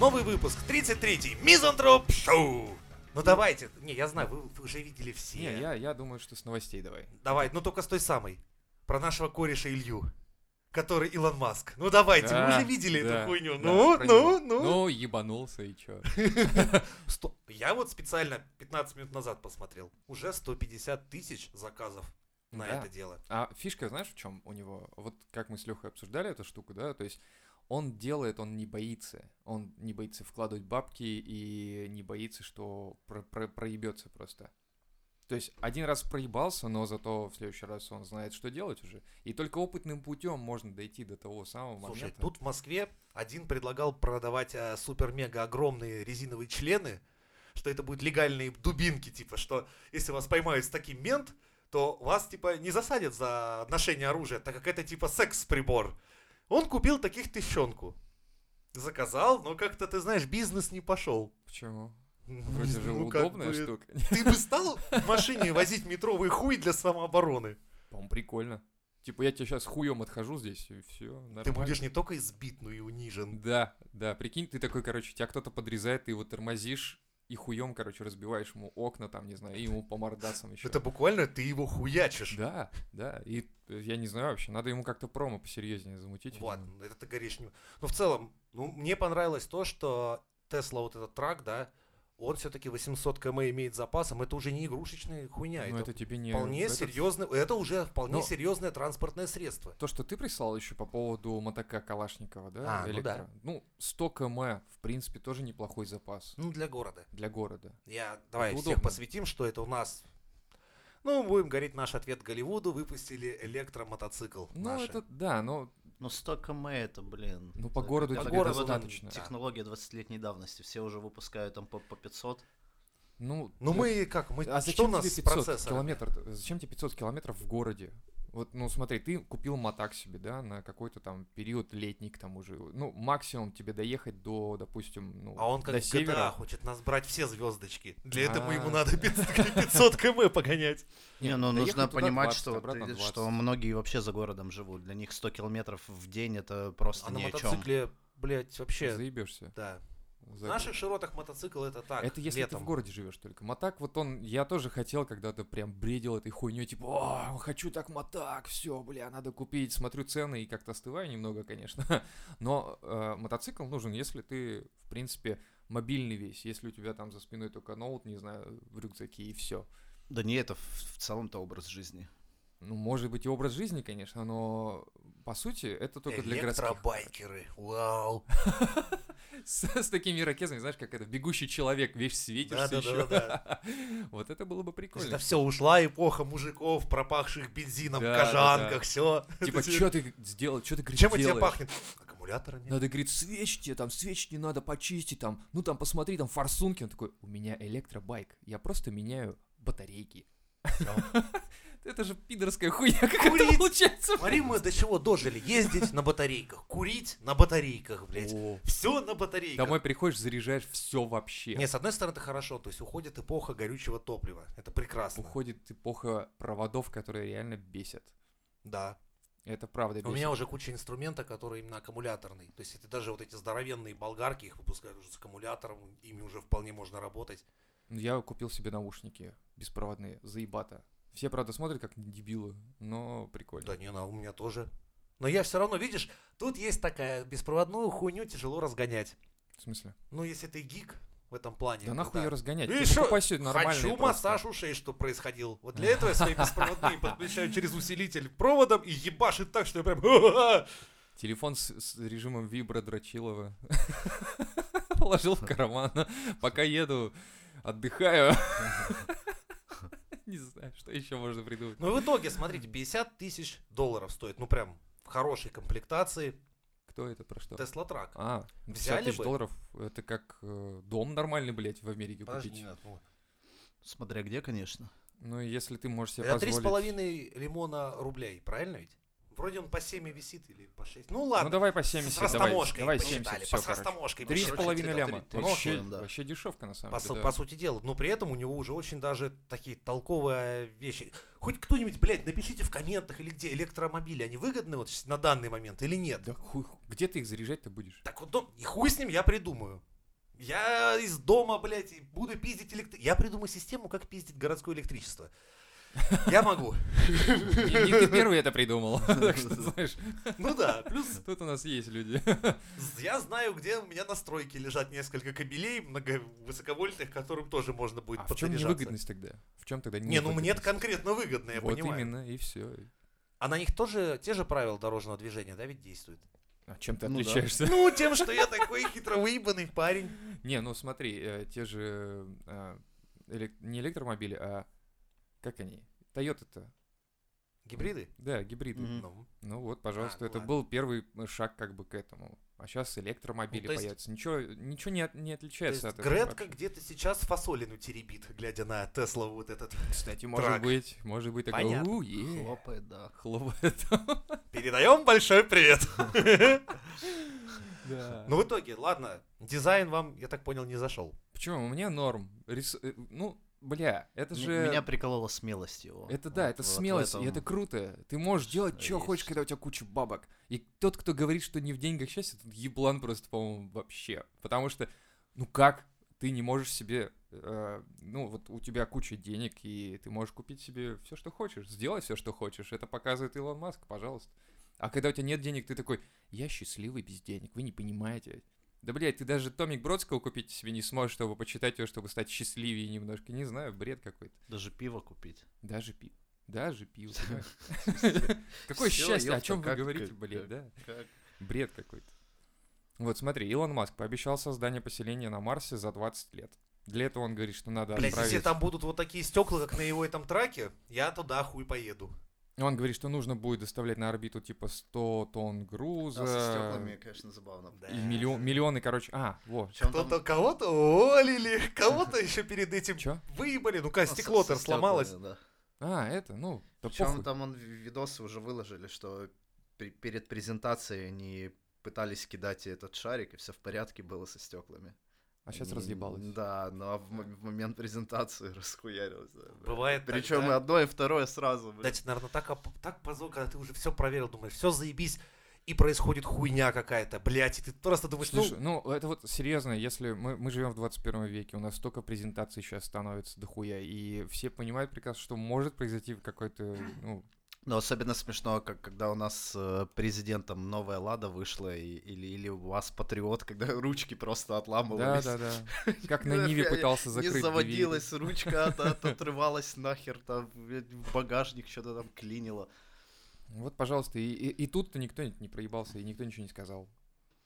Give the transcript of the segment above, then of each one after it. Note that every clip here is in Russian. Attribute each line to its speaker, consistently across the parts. Speaker 1: Новый выпуск, 33-й Мизантроп Шоу. Ну давайте, не, я знаю, вы, вы уже видели все.
Speaker 2: Не, я, я думаю, что с новостей давай.
Speaker 1: Давай, ну только с той самой. Про нашего кореша Илью, который Илон Маск. Ну давайте,
Speaker 2: Да,
Speaker 1: вы уже видели
Speaker 2: да,
Speaker 1: эту хуйню.
Speaker 2: да,
Speaker 1: ну,
Speaker 2: про
Speaker 1: ну,
Speaker 2: него.
Speaker 1: ну,
Speaker 2: Ну, ебанулся и чё.
Speaker 1: Сто- Я вот специально 15 минут назад посмотрел. Уже 150 тысяч заказов на
Speaker 2: Да.
Speaker 1: это дело.
Speaker 2: А фишка, знаешь, в чем у него? Вот как мы с Лехой обсуждали эту штуку, да, то есть он делает, он не боится. Он не боится вкладывать бабки и не боится, что про- про- проебется просто. То есть один раз проебался, но зато в следующий раз он знает, что делать уже. И только опытным путем можно дойти до того самого
Speaker 1: Слушай,
Speaker 2: момента.
Speaker 1: тут в Москве один предлагал продавать э, супер-мега-огромные резиновые члены, что это будут легальные дубинки, типа, что если вас поймают с таким мент, то вас, типа, не засадят за ношение оружия, так как это, типа, секс-прибор. Он купил таких тысячонку. Заказал, но как-то, ты знаешь, бизнес не пошел.
Speaker 2: Почему?
Speaker 1: Ну,
Speaker 2: Вроде же
Speaker 1: как
Speaker 2: удобная
Speaker 1: бы,
Speaker 2: штука.
Speaker 1: Ты бы стал в машине возить метровый хуй для самообороны?
Speaker 2: По-моему, прикольно. Типа я тебя сейчас хуем отхожу здесь, и все.
Speaker 1: Ты будешь не только избит, но и унижен.
Speaker 2: Да, да, прикинь, ты такой, короче, тебя кто-то подрезает, ты его тормозишь и хуем, короче, разбиваешь ему окна там, не знаю, и ему по мордасам еще.
Speaker 1: Это буквально ты его хуячишь.
Speaker 2: Да, да, и э, я не знаю вообще, надо ему как-то промо посерьезнее замутить.
Speaker 1: Вот, ну,
Speaker 2: видимо.
Speaker 1: это ты говоришь. не- Но в целом, ну, мне понравилось то, что Тесла, вот этот трак, да, он все-таки 800 км имеет запасом. Это уже не игрушечная хуйня.
Speaker 2: Но
Speaker 1: это,
Speaker 2: Ну, это тебе не... Ну,
Speaker 1: вполне
Speaker 2: это-
Speaker 1: серьезное, это уже вполне
Speaker 2: Но-
Speaker 1: серьезное транспортное средство.
Speaker 2: То, что ты прислал еще по поводу мотока Калашникова, да?
Speaker 1: А, ну да.
Speaker 2: электро. Ну, 100 км, в принципе, тоже неплохой запас
Speaker 1: Ну, для города.
Speaker 2: для города.
Speaker 1: Я, давай
Speaker 2: Это
Speaker 1: всех
Speaker 2: удобно.
Speaker 1: посвятим, что это у нас. Ну, будем говорить наш ответ Голливуду. Выпустили электромотоцикл.
Speaker 2: Ну,
Speaker 1: наши.
Speaker 2: это, да, но
Speaker 3: Ну, 100 км это, блин.
Speaker 2: Ну, по городу
Speaker 1: тебе
Speaker 3: городу
Speaker 2: достаточно.
Speaker 1: типа.
Speaker 3: Технология 20-летней давности. Все уже выпускают там по, по 500.
Speaker 2: Ну,
Speaker 1: Ну
Speaker 2: э,
Speaker 1: мы как, мы,
Speaker 2: А
Speaker 1: что у
Speaker 2: зачем
Speaker 1: нас
Speaker 2: тебе
Speaker 1: с
Speaker 2: 500
Speaker 1: процессорами?
Speaker 2: километр? Зачем тебе 500 километров в городе? Вот, ну смотри, ты купил мотак себе, да, на какой-то там период летний к тому же. Ну, максимум тебе доехать до, допустим, ну,
Speaker 1: А он как
Speaker 2: до
Speaker 1: в GTA
Speaker 2: севера.
Speaker 1: хочет нас брать все звездочки. Для этого ему
Speaker 2: А.
Speaker 1: надо 500 500 км погонять.
Speaker 2: Не,
Speaker 3: Не, ну
Speaker 2: доехать
Speaker 3: нужно
Speaker 2: туда
Speaker 3: понимать,
Speaker 2: 20,
Speaker 3: что,
Speaker 2: обратно
Speaker 3: ты-
Speaker 2: 20.
Speaker 3: что многие вообще за городом живут. Для них 100 километров в день это просто
Speaker 1: А на
Speaker 3: ни о чем.
Speaker 1: мотоцикле, блядь, вообще,
Speaker 2: Заебешься.
Speaker 1: да. В
Speaker 2: За-
Speaker 1: наших широтах мотоцикл это так,
Speaker 2: Это если
Speaker 1: летом.
Speaker 2: ты в городе живешь только. Мотак, вот он, я тоже хотел когда-то прям бредил этой хуйней, типа, «О, хочу так мотак, все, бля, надо купить. Смотрю цены и как-то остываю немного, конечно. Но э, мотоцикл нужен, если ты, в принципе, мобильный весь, если у тебя там за спиной только ноут, не знаю, в рюкзаке и все.
Speaker 3: Да не, это в, в целом-то образ жизни.
Speaker 2: Ну, может быть, и образ жизни, конечно, но по сути это только для городских.
Speaker 1: Электробайкеры, вау.
Speaker 2: С, с такими ракетами, знаешь, как это, бегущий человек, весь светишься еще.
Speaker 1: Да-да-да-да.
Speaker 2: Вот это было бы прикольно.
Speaker 1: Это все ушла эпоха мужиков, пропахших бензином,
Speaker 2: Да, да,
Speaker 1: кожанках,
Speaker 2: да.
Speaker 1: все.
Speaker 2: Типа, что ты сделал, что ты, говорит,
Speaker 1: Чем от тебя
Speaker 2: делаешь? Ну,
Speaker 1: пахнет? Аккумуляторами.
Speaker 2: Надо, говорит, свечи тебе там, свечи не надо, почисти там, ну там посмотри, там форсунки. Он такой, у меня электробайк, я просто меняю батарейки.
Speaker 1: Всё.
Speaker 2: Это же пидорская хуйня какая-то
Speaker 1: Курить.
Speaker 2: получается.
Speaker 1: Смотри, мы до чего дожили. Ездить на батарейках, курить на батарейках, блядь.
Speaker 2: О.
Speaker 1: Все на батарейках.
Speaker 2: Домой приходишь, заряжаешь все вообще.
Speaker 1: Нет, с одной стороны, это хорошо, то есть уходит эпоха горючего топлива. Это прекрасно.
Speaker 2: Уходит эпоха проводов, которые реально бесят.
Speaker 1: Да.
Speaker 2: Это правда бесит.
Speaker 1: У меня уже куча инструмента, который именно аккумуляторный. То есть это даже вот эти здоровенные болгарки, их выпускают уже с аккумулятором, ими уже вполне можно работать.
Speaker 2: Я купил себе наушники беспроводные, заебато. Все, правда, смотрят как дебилы, но прикольно.
Speaker 1: Да не, на у меня тоже. Но я все равно, видишь, тут есть такая, беспроводную хуйню тяжело разгонять.
Speaker 2: В смысле?
Speaker 1: Ну, если ты гик в этом плане.
Speaker 2: да
Speaker 1: ну
Speaker 2: нахуй ее разгонять?
Speaker 1: Ну
Speaker 2: Ты
Speaker 1: ещё
Speaker 2: покупай себе нормальные
Speaker 1: Хочу
Speaker 2: просто.
Speaker 1: массаж ушей, что происходил. Вот для этого я свои беспроводные подключаю через усилитель проводом и ебашит так, что я прям...
Speaker 2: Телефон с, с режимом вибра Драчилова. Положил в карман. Пока еду, отдыхаю. Не знаю, что еще можно придумать.
Speaker 1: Ну и в итоге, смотрите, 50 тысяч долларов стоит. Ну прям в хорошей комплектации
Speaker 2: Кто это про что?
Speaker 1: Тесла Трак.
Speaker 2: А,
Speaker 1: Взяли
Speaker 2: 50 тысяч
Speaker 1: бы.
Speaker 2: долларов. Это как э, дом нормальный, блядь, в Америке
Speaker 1: Подожди,
Speaker 2: купить.
Speaker 1: нет, ну,
Speaker 3: Смотря где, конечно.
Speaker 2: Ну, если ты можешь себе
Speaker 1: Это три с
Speaker 2: позволить...
Speaker 1: половиной лимона рублей, правильно ведь? Вроде он по 7 висит или по 6. Ну ладно.
Speaker 2: Ну давай по
Speaker 1: с
Speaker 2: 70, давай,
Speaker 1: растаможкой
Speaker 2: давай
Speaker 1: посчитали,
Speaker 2: 70,
Speaker 1: по-
Speaker 2: все,
Speaker 1: с
Speaker 2: короче.
Speaker 1: растаможкой
Speaker 2: Три с
Speaker 1: посчитали.
Speaker 2: половиной
Speaker 3: три-
Speaker 2: ляма. Ну,
Speaker 3: три-
Speaker 2: Вообще,
Speaker 3: да.
Speaker 2: вообще дешевка, на самом
Speaker 1: По, су-
Speaker 2: деле. да.
Speaker 1: по сути дела. Но при этом у него уже очень даже такие толковые вещи. Хоть кто-нибудь, блядь, напишите в комментах или где электромобили, они выгодны вот с- на данный момент или нет?
Speaker 2: Да хуй- где ты их заряжать-то будешь?
Speaker 1: Так вот, ну, и хуй с ним, я придумаю. Я из дома, блядь, и буду пиздить электро... Я придумаю систему, как пиздить городское электричество. Я могу.
Speaker 2: Не, не ты первый это придумал. Так что, знаешь,
Speaker 1: Ну да, плюс
Speaker 2: тут у нас есть люди.
Speaker 1: я знаю, где у меня на стройке лежат несколько кабелей многовысоковольтных, которым тоже можно будет
Speaker 2: А в чем
Speaker 1: подзаряжаться.
Speaker 2: невыгодность тогда? В чем тогда
Speaker 1: Не, ну мне это
Speaker 2: невыгодность?
Speaker 1: конкретно выгодно, я
Speaker 2: Вот
Speaker 1: понимаю.
Speaker 2: именно, и все.
Speaker 1: А на них тоже те же правила дорожного движения, да, ведь действуют?
Speaker 2: А чем ты
Speaker 3: Ну да.
Speaker 2: отличаешься?
Speaker 1: Ну, тем, что я такой хитро выебанный парень.
Speaker 2: Не, ну смотри, э, те же э, элек- не электромобили, а как они? Тойота-то.
Speaker 1: Гибриды?
Speaker 2: Да, гибриды.
Speaker 3: Мгм.
Speaker 1: Ну.
Speaker 2: Ну вот, пожалуйста,
Speaker 1: ну
Speaker 2: это
Speaker 1: ладно.
Speaker 2: был первый э, шаг как бы к этому. А сейчас электромобили
Speaker 1: Ну, то есть-
Speaker 2: появятся. Ничего, ничего не, от- не
Speaker 1: То
Speaker 2: отличается
Speaker 1: есть
Speaker 2: от этого.
Speaker 1: Гретка
Speaker 2: вообще.
Speaker 1: где-то сейчас фасолину теребит, глядя на Тесла вот этот
Speaker 2: Кстати, может
Speaker 1: Трак.
Speaker 2: быть, может быть, такой,
Speaker 1: Понятно.
Speaker 2: «У, е».
Speaker 3: Хлопает, да.
Speaker 2: Хлопает.
Speaker 1: Передаем большой привет.
Speaker 2: Да.
Speaker 1: Ну, в итоге, ладно, дизайн вам, я так понял, не зашел.
Speaker 2: Почему? Мне норм. Рис- э, Ну, бля, это
Speaker 3: М-
Speaker 2: же...
Speaker 3: Меня приколола смелость его.
Speaker 2: Это да,
Speaker 3: Вот-
Speaker 2: это
Speaker 3: вот в
Speaker 2: смелость, и
Speaker 3: этом-
Speaker 2: это круто. Ты можешь делать, что
Speaker 3: есть.
Speaker 2: хочешь, когда у тебя куча бабок. И тот, кто говорит, что не в деньгах счастье, тот еблан просто, по-моему, вообще. Потому что, ну как ты не можешь себе... э, ну, вот у тебя куча денег, и ты можешь купить себе все, что хочешь, сделать все, что хочешь. Это показывает Илон Маск, пожалуйста. А когда у тебя нет денег, ты такой, я счастливый без денег, вы не понимаете. Да, блядь, ты даже Томик Бродского купить себе не сможешь, чтобы почитать его, чтобы стать счастливее немножко. Не знаю, бред какой-то.
Speaker 3: Даже пиво купить.
Speaker 2: Даже пиво. Даже пиво. понимаешь? Какое
Speaker 3: Всё,
Speaker 2: счастье, о
Speaker 3: ёпта,
Speaker 2: чем вы
Speaker 3: как-
Speaker 2: говорите,
Speaker 3: как-
Speaker 2: блин,
Speaker 3: как-
Speaker 2: да?
Speaker 3: как?
Speaker 2: Бред какой-то. Вот смотри, Илон Маск пообещал создание поселения на Марсе за 20 лет. Для этого он говорит, что надо
Speaker 1: Блять, если
Speaker 2: отправить...
Speaker 1: там будут вот такие стекла, как на его этом траке, я туда хуй поеду.
Speaker 2: Он говорит, что нужно будет доставлять на орбиту типа 100 тонн
Speaker 3: Да, А, со стеклами,
Speaker 2: груза.
Speaker 3: конечно, забавно.
Speaker 1: Да.
Speaker 2: И миллион- миллионы, короче... А, вот.
Speaker 3: Причём там-
Speaker 1: Кто-то кого-то уволили, кого-то еще перед этим
Speaker 2: Чё?
Speaker 1: выебали. Ну-ка,
Speaker 3: ну, со-
Speaker 1: стекло-то
Speaker 3: со стёклами,
Speaker 1: сломалось.
Speaker 3: да.
Speaker 2: А, это, ну, да
Speaker 3: Причём
Speaker 2: похуй.
Speaker 3: там он видосы уже выложили, что пе- перед презентацией они пытались кидать этот шарик, и все в порядке было со стеклами.
Speaker 2: А сейчас
Speaker 3: М,
Speaker 2: разъебалось.
Speaker 3: Да, но в, м- в момент презентации расхуярилось. да, бля.
Speaker 1: Бывает так,
Speaker 3: Причем
Speaker 1: да.
Speaker 3: и одно, и второе сразу. бля.
Speaker 1: Да, тебе, наверное, так, оп- так позор, когда ты уже все проверил, думаешь, все заебись, и происходит хуйня какая-то, блядь, и ты просто думаешь, ну,
Speaker 2: Слушай, ну, это вот серьезно, если мы, мы живем в 21 веке, у нас столько презентаций сейчас становится дохуя, и все понимают прекрасно, что может произойти какой-то, ну,
Speaker 3: Но особенно смешно, как когда у нас э, президентом новая Лада вышла, и- или, или у вас Патриот, когда ручки просто отламывались.
Speaker 2: да-да-да, как на
Speaker 3: Да,
Speaker 2: Ниве
Speaker 3: бля,
Speaker 2: пытался
Speaker 3: Не
Speaker 2: закрыть двери.
Speaker 3: заводилась ручка, от- от- отрывалась нахер, там блядь, в багажник что-то там клинило.
Speaker 2: Вот, пожалуйста, и, и- и тут-то никто не проебался, и никто ничего не сказал.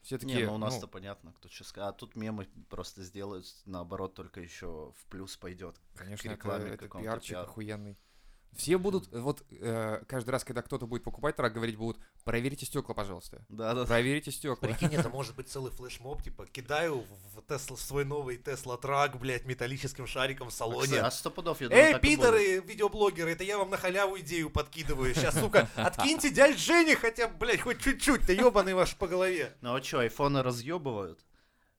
Speaker 2: Все
Speaker 3: Не,
Speaker 2: такие,
Speaker 3: ну у нас-то
Speaker 2: ну,
Speaker 3: понятно, кто что сказал. А тут мемы просто сделают, наоборот, только еще в плюс пойдет.
Speaker 2: конечно,
Speaker 3: к
Speaker 2: это,
Speaker 3: рекламе
Speaker 2: это
Speaker 3: какому-то,
Speaker 2: пиарчик
Speaker 3: пиару.
Speaker 2: охуенный. Все будут, э, вот, э, каждый раз, когда кто-то будет покупать трак, говорить будут, проверите стекла, пожалуйста,
Speaker 3: Да, ну, да, да.
Speaker 2: проверите стекла.
Speaker 1: прикинь, это может быть целый флешмоб, типа, кидаю в Тесла, свой новый Тесла Трак, блядь, металлическим шариком в салоне.
Speaker 3: А сто пудов, я думаю,
Speaker 1: Эй,
Speaker 3: так и будет.
Speaker 1: пидоры, видеоблогеры, это я вам на халяву идею подкидываю. Сейчас, сука, откиньте дядь Жене хотя бы, блядь, хоть чуть-чуть, да ебаный ваш по голове.
Speaker 3: Ну а что, айфоны разъебывают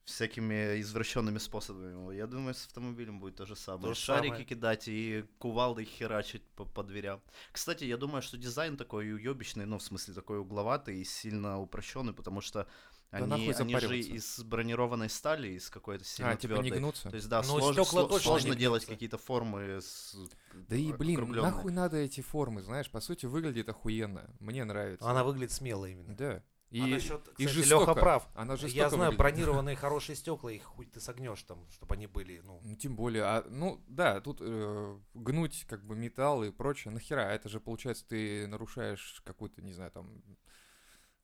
Speaker 3: всякими извращенными способами. Я думаю, с автомобилем будет то же самое.
Speaker 1: То же
Speaker 3: Шарики
Speaker 1: самое.
Speaker 3: кидать и кувалдой херачить по, по дверям. Кстати, я думаю, что дизайн такой уебищный, ну, в смысле, такой угловатый и сильно упрощенный, потому что
Speaker 2: Да
Speaker 3: они,
Speaker 2: нахуй
Speaker 3: они же
Speaker 2: запариваться.
Speaker 3: из бронированной стали, из какой-то сильно
Speaker 2: А, типа не
Speaker 3: твёрдой.
Speaker 2: гнутся?
Speaker 3: То есть, да,
Speaker 1: Ну,
Speaker 3: слож-
Speaker 1: стёкла
Speaker 3: сло-
Speaker 1: точно не
Speaker 3: сложно
Speaker 1: гнутся.
Speaker 3: делать какие-то формы с
Speaker 2: Да
Speaker 1: Э,
Speaker 2: и, блин,
Speaker 3: округлённые.
Speaker 2: нахуй надо эти формы, знаешь, по сути, выглядит охуенно. Мне нравится.
Speaker 1: Она выглядит смело именно.
Speaker 2: Да. И,
Speaker 1: А насчет,
Speaker 2: и
Speaker 1: кстати,
Speaker 2: жестоко.
Speaker 1: Леха прав.
Speaker 2: Она жестоко
Speaker 1: Я знаю,
Speaker 2: выглядит.
Speaker 1: бронированные хорошие стекла, их хуй ты согнешь там, чтобы они были, ну,
Speaker 2: Ну, тем более, а, ну, да, тут э, гнуть как бы металл и прочее, нахера, это же, получается, ты нарушаешь какую-то, не знаю, там,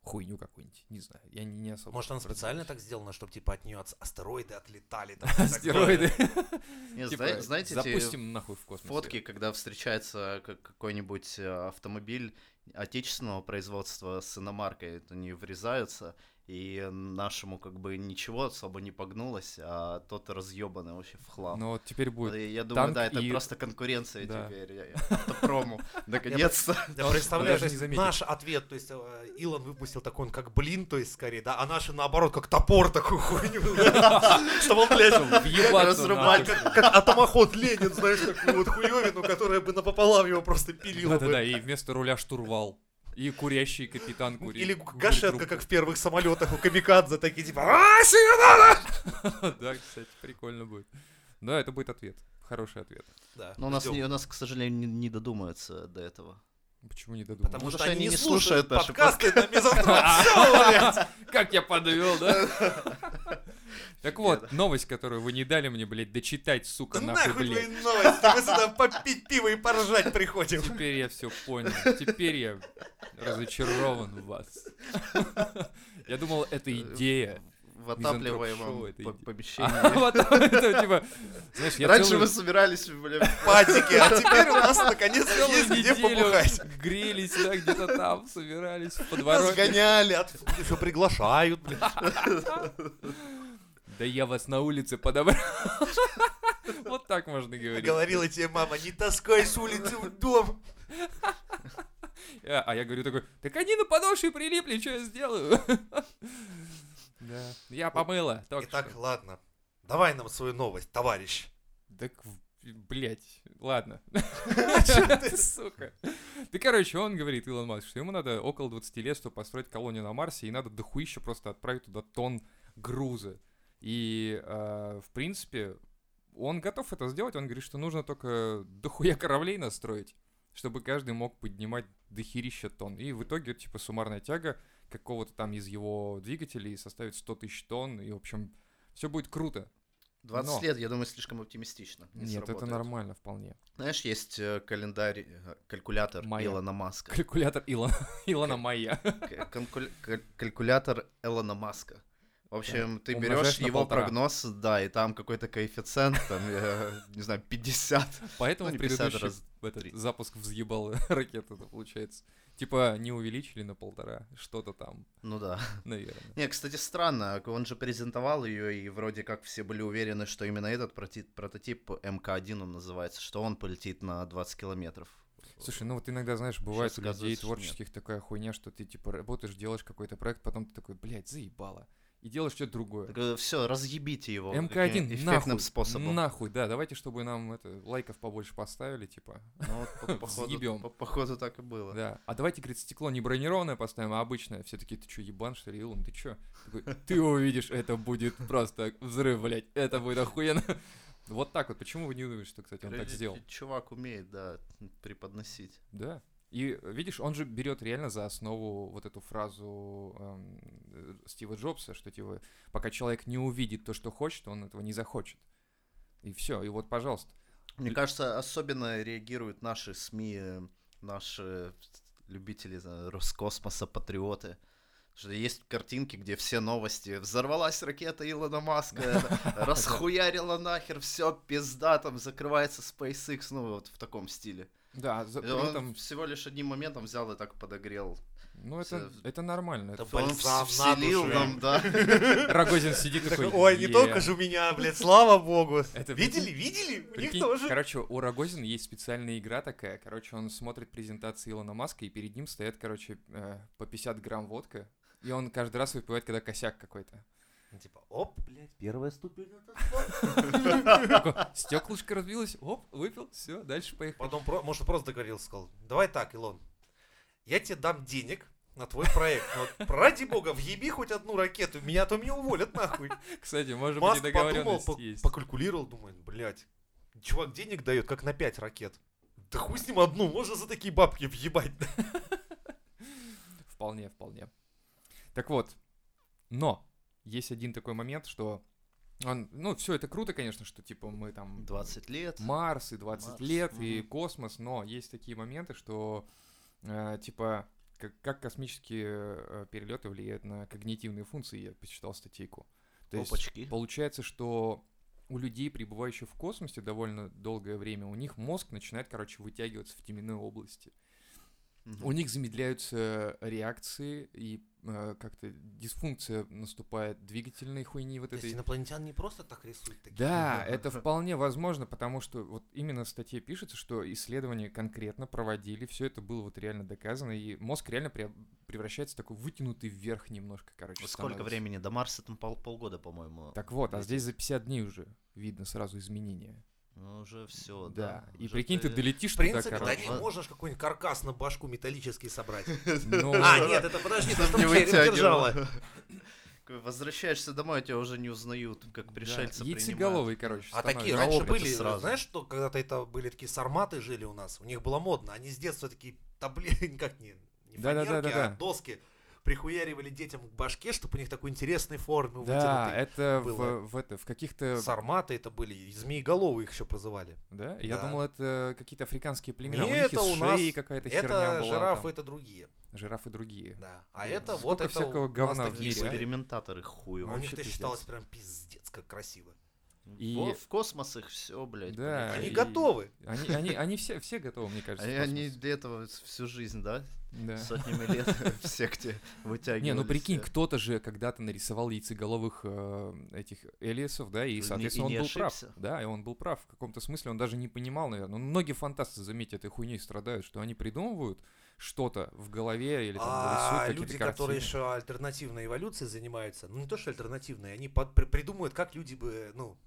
Speaker 2: хуйню какую-нибудь, не знаю, я не, не особо...
Speaker 1: Может, она специально
Speaker 2: разбираюсь.
Speaker 1: так сделана, чтобы типа от нее астероиды отлетали. там,
Speaker 2: Астероиды.
Speaker 3: Не,
Speaker 2: Типа,
Speaker 3: зна- знаете, те-
Speaker 2: Запустим нахуй в космос.
Speaker 3: фотки, когда встречается как- какой-нибудь э, автомобиль отечественного производства с иномаркой, это они врезаются, И нашему как бы ничего особо не погнулось, а тот разъебанный вообще в хлам.
Speaker 2: Но Ну, вот теперь будет...
Speaker 3: Я думаю,
Speaker 2: танк
Speaker 3: да, это
Speaker 2: и-
Speaker 3: просто конкуренция
Speaker 2: Да.
Speaker 3: теперь. я- я Автопрому. Наконец-то.
Speaker 1: Я представляю,
Speaker 2: даже
Speaker 1: то
Speaker 2: не
Speaker 1: есть
Speaker 2: заметил.
Speaker 1: наш ответ, то есть э, Илон выпустил такой, он как блин, то есть скорее, да, а наши наоборот, как топор такую хуйню, чтобы он, блядь,
Speaker 2: въебаться
Speaker 1: разрубать,
Speaker 2: нахуй.
Speaker 1: как как атомоход Ленин, знаешь, такую вот хуевину, которая бы напополам его просто пилила бы.
Speaker 2: Да-да-да, и вместо руля штурвал. И курящий капитан курит.
Speaker 1: Или
Speaker 2: курит
Speaker 1: гашетка,
Speaker 2: трубку.
Speaker 1: как в первых самолетах у камикадзе, такие типа «А, сигарет!»
Speaker 2: Да, кстати, прикольно будет. Да, это будет ответ. Хороший ответ.
Speaker 1: Да,
Speaker 3: Но Ну, у нас,
Speaker 1: ждём.
Speaker 3: не- у нас, к сожалению, не, не додумаются до этого.
Speaker 2: Почему не додумал? А,
Speaker 1: Потому
Speaker 3: Потому
Speaker 1: что
Speaker 3: что
Speaker 1: они
Speaker 3: они
Speaker 1: не
Speaker 3: не
Speaker 1: слушают
Speaker 3: слушают наши
Speaker 1: подкасты на Мизантроп.
Speaker 2: Как я подвел, да? Так вот,
Speaker 3: Офигенно.
Speaker 2: новость, которую вы не дали мне, блядь, дочитать, сука,
Speaker 1: Да
Speaker 2: нахуй,
Speaker 1: Нахуй твои
Speaker 2: блядь.
Speaker 1: новости, мы сюда попить пиво и поржать приходим.
Speaker 2: Теперь я все понял. Теперь я разочарован в вас. Я думал, это
Speaker 1: Э,
Speaker 2: идея.
Speaker 3: В
Speaker 2: Мизантроп
Speaker 3: отапливаемом
Speaker 2: шоу это
Speaker 3: по-
Speaker 2: иде-
Speaker 3: помещении.
Speaker 2: А вот это, типа, знаешь, я
Speaker 3: Раньше
Speaker 2: целую-
Speaker 3: мы собирались, бля,
Speaker 1: Патики, а теперь у нас наконец
Speaker 2: целую
Speaker 1: есть где
Speaker 2: неделю
Speaker 1: побухать.
Speaker 2: грелись, да, где-то там, собирались в
Speaker 1: Нас
Speaker 2: подворотне.
Speaker 1: гоняли, еще приглашают, блин.
Speaker 2: Да я вас на улице подобрал. Вот так можно говорить.
Speaker 1: Говорила тебе мама, не таскай с улицы в дом.
Speaker 2: А, а я говорю такой, так они на подошве прилипли, что я сделаю? Да. Я помыла только
Speaker 1: Итак,
Speaker 2: что.
Speaker 1: ладно, давай нам свою новость, товарищ.
Speaker 2: Так, в- блядь, ладно.
Speaker 1: Чё ты?
Speaker 2: Сука. Ты, короче, он говорит, Илон Маск, что ему надо около 20 лет, чтобы построить колонию на Марсе, и надо дохуище просто отправить туда тонн груза. И, э, в принципе, он готов это сделать, он говорит, что нужно только дохуя кораблей настроить, чтобы каждый мог поднимать дохерища тонн. И в итоге, типа, суммарная тяга какого-то там из его двигателей составит 100 тысяч тонн, и, в общем, все будет круто.
Speaker 3: 20
Speaker 2: Но.
Speaker 3: лет, я думаю, слишком оптимистично. Не
Speaker 2: Нет, это
Speaker 3: сработает.
Speaker 2: нормально вполне.
Speaker 3: Знаешь, есть э, календарь, э, калькулятор
Speaker 2: Майя.
Speaker 3: Илона Маска.
Speaker 2: Калькулятор Илона, Илона Майя.
Speaker 3: К- конкуль- каль- Калькулятор Элона Маска. В общем, ты
Speaker 2: умножаешь
Speaker 3: берешь
Speaker 2: на
Speaker 3: его
Speaker 2: полтора.
Speaker 3: прогноз, да, и там какой-то коэффициент, там, я не знаю, 50.
Speaker 2: Поэтому
Speaker 3: Ну, не 50
Speaker 2: предыдущий
Speaker 3: раз
Speaker 2: в этот
Speaker 3: три.
Speaker 2: запуск взъебал ракету, это получается. Типа не увеличили на полтора, что-то там,
Speaker 3: Ну да.
Speaker 2: наверное.
Speaker 3: Не, кстати, странно, он же презентовал ее, и вроде как все были уверены, что именно этот проти- прототип МК-1 он называется, что он полетит на 20 километров.
Speaker 2: Слушай, ну вот иногда, знаешь, бывает у людей
Speaker 3: оказывается, что нет.
Speaker 2: творческих такая хуйня, что ты типа работаешь, делаешь какой-то проект, потом ты такой, блядь, заебало. И делаешь что-то другое.
Speaker 3: Все, э, разъебите его. каким-
Speaker 2: МК-1, нахуй,
Speaker 3: Эффектным способом.
Speaker 2: нахуй, да, давайте, чтобы нам это, лайков побольше поставили, типа,
Speaker 3: Ну, вот, по- походу,
Speaker 2: Съебём.
Speaker 3: по- походу так и было.
Speaker 2: да. А давайте, говорит, стекло не бронированное поставим, а обычное. Все такие, ты чё, ебан, что ли, Илон, ты чё? Такой, ты увидишь, это будет просто взрыв, блядь, это будет охуенно. Вот так вот, почему вы не думаете, что, кстати, он так
Speaker 3: Короче,
Speaker 2: сделал?
Speaker 3: Чувак умеет, да, преподносить.
Speaker 2: Да. И э, видишь, он же берет реально за основу вот эту фразу эм, э, Стива Джобса, что типа, пока человек не увидит то, что хочет, он этого не захочет. И все, и вот, пожалуйста.
Speaker 3: Мне кажется, особенно реагируют наши СМИ, э, наши любители э, Роскосмоса, патриоты. Потому Что есть картинки, где все новости. Взорвалась ракета Илона Маска, э, расхуярила нахер, все, пизда, там закрывается SpaceX, ну вот в таком стиле.
Speaker 2: Да, за-
Speaker 3: И
Speaker 2: при
Speaker 3: Он
Speaker 2: этом,
Speaker 3: всего лишь одним моментом взял и так подогрел.
Speaker 2: ну это,
Speaker 3: Всё-
Speaker 2: это нормально.
Speaker 1: Да
Speaker 2: Это-
Speaker 3: Он
Speaker 1: бальзам
Speaker 3: вс-
Speaker 1: на
Speaker 3: вселил
Speaker 1: душу.
Speaker 3: нам, да.
Speaker 2: Рогозин сидит такой,
Speaker 1: Такой, Ой, не
Speaker 2: «Е».
Speaker 1: только же у меня, блядь, слава богу.
Speaker 2: Это
Speaker 1: Видели, видели? У них
Speaker 2: Прикинь,
Speaker 1: тоже.
Speaker 2: Короче, у Рогозина есть специальная игра такая. Короче, он смотрит презентации Илона Маска, и перед ним стоят, короче, э, по 50 грамм водка. И он каждый раз выпивает, когда косяк какой-то.
Speaker 1: Типа, оп, блядь, первая ступень.
Speaker 2: Стеклышко разбилось, оп, выпил, все, дальше поехали.
Speaker 1: Потом, про- может, просто договорился, сказал, давай так, Илон, я тебе дам денег на твой проект, но вот ради бога, въеби хоть одну ракету, меня то меня уволят нахуй.
Speaker 2: Кстати, может быть,
Speaker 1: Маск подумал,
Speaker 2: договоренность
Speaker 1: по-
Speaker 2: есть.
Speaker 1: покалькулировал, думает, блядь, чувак денег дает, как на 5 ракет. Да хуй с ним одну, можно за такие бабки въебать.
Speaker 2: Вполне, вполне. Так вот, но есть один такой момент, что он, ну, все это круто, конечно, что типа мы там
Speaker 3: 20 лет.
Speaker 2: Марс и 20
Speaker 3: Марс,
Speaker 2: лет и
Speaker 3: мгм.
Speaker 2: космос, но есть такие моменты, что э, типа как, как космические э, перелеты влияют на когнитивные функции, я почитал статейку. То есть
Speaker 3: Опачки.
Speaker 2: получается, что у людей, пребывающих в космосе довольно долгое время, у них мозг начинает, короче, вытягиваться в теменной области. У них замедляются реакции, и э, как-то дисфункция наступает двигательной хуйни вот
Speaker 1: То есть
Speaker 2: этой.
Speaker 1: инопланетян не просто так рисуют такие.
Speaker 2: Да, это вполне возможно, потому что вот именно в статье пишется, что исследования конкретно проводили, все это было вот реально доказано, и мозг реально пре- превращается в такой вытянутый вверх немножко, короче.
Speaker 3: Ну, Сколько
Speaker 2: становится.
Speaker 3: времени до Марса? Там пол- полгода, по-моему.
Speaker 2: Так вот, а
Speaker 3: летит?
Speaker 2: здесь за 50 дней уже видно сразу изменения.
Speaker 3: Ну, уже все,
Speaker 2: Да.
Speaker 3: да.
Speaker 2: И
Speaker 3: уже
Speaker 2: прикинь, ты долетишь
Speaker 1: В принципе,
Speaker 2: туда,
Speaker 1: да
Speaker 2: короче.
Speaker 1: не
Speaker 3: ладно.
Speaker 1: можешь какой-нибудь каркас на башку металлический собрать.
Speaker 2: Ну,
Speaker 1: А, нет, это подожди, ты
Speaker 3: Не
Speaker 1: там череп
Speaker 3: вытягивал.
Speaker 1: держала.
Speaker 3: Возвращаешься домой, а тебя уже не узнают, как пришельца
Speaker 2: да,
Speaker 3: принимают.
Speaker 2: яйцеголовые, короче,
Speaker 1: А такие
Speaker 2: становятся.
Speaker 1: раньше
Speaker 3: Голов это
Speaker 1: были,
Speaker 3: сразу.
Speaker 1: знаешь, что когда-то это были такие сарматы жили у нас, у них было модно, они с детства такие табли, как не, не
Speaker 2: Да-да-да-да-да.
Speaker 1: фанерки, а доски прихуяривали детям к башке, чтобы у них такой интересной формы
Speaker 2: Да,
Speaker 1: вытянутой.
Speaker 2: это
Speaker 1: было.
Speaker 2: в, в это в каких-то,
Speaker 1: Сарматы это были, и змееголовы их еще прозывали.
Speaker 2: да? Я
Speaker 1: Да.
Speaker 2: думал, это какие-то африканские племена. у
Speaker 1: Не,
Speaker 2: них
Speaker 1: это
Speaker 2: из
Speaker 1: у нас-
Speaker 2: шеи какая-то херня
Speaker 1: Это
Speaker 2: была.
Speaker 1: жирафы,
Speaker 2: там.
Speaker 1: это другие.
Speaker 2: Жирафы другие.
Speaker 1: Да. А
Speaker 2: Да.
Speaker 1: это вот
Speaker 2: Сколько
Speaker 1: это
Speaker 2: всякого
Speaker 1: у нас
Speaker 2: говна в
Speaker 1: такие
Speaker 2: мире,
Speaker 1: были.
Speaker 2: а?
Speaker 3: Экспериментаторы хуй
Speaker 1: А У
Speaker 2: Вообще
Speaker 1: них это
Speaker 2: пиздец.
Speaker 1: считалось прям пиздец, как красиво.
Speaker 2: И-
Speaker 3: Во- В космос их все, блядь.
Speaker 2: Да,
Speaker 1: Они
Speaker 2: и-
Speaker 1: готовы.
Speaker 2: Они, они, они все, все готовы, мне
Speaker 3: полетели.
Speaker 2: кажется.
Speaker 3: Они,
Speaker 2: в
Speaker 3: они
Speaker 2: космос.
Speaker 3: для этого всю жизнь, да?
Speaker 2: Да.
Speaker 3: Сотнями лет в секте вытягивали.
Speaker 2: Не, ну
Speaker 3: э,
Speaker 2: прикинь, кто-то же когда-то нарисовал яйцеголовых э, этих элиасов, да,
Speaker 3: Ну,
Speaker 2: и,
Speaker 3: не-
Speaker 2: соответственно,
Speaker 3: и не
Speaker 2: он был
Speaker 3: ошибся.
Speaker 2: прав. Да, и он был прав. В каком-то смысле он даже не понимал, наверное. Но многие фантасты, заметьте, этой хуйней страдают, что они придумывают что-то в голове или там
Speaker 1: А
Speaker 2: рисуют
Speaker 1: люди,
Speaker 2: какие-то
Speaker 1: которые
Speaker 2: картины.
Speaker 1: еще альтернативной эволюцией занимаются, ну не то что альтернативной, они под- при- придумывают, как люди бы, ну,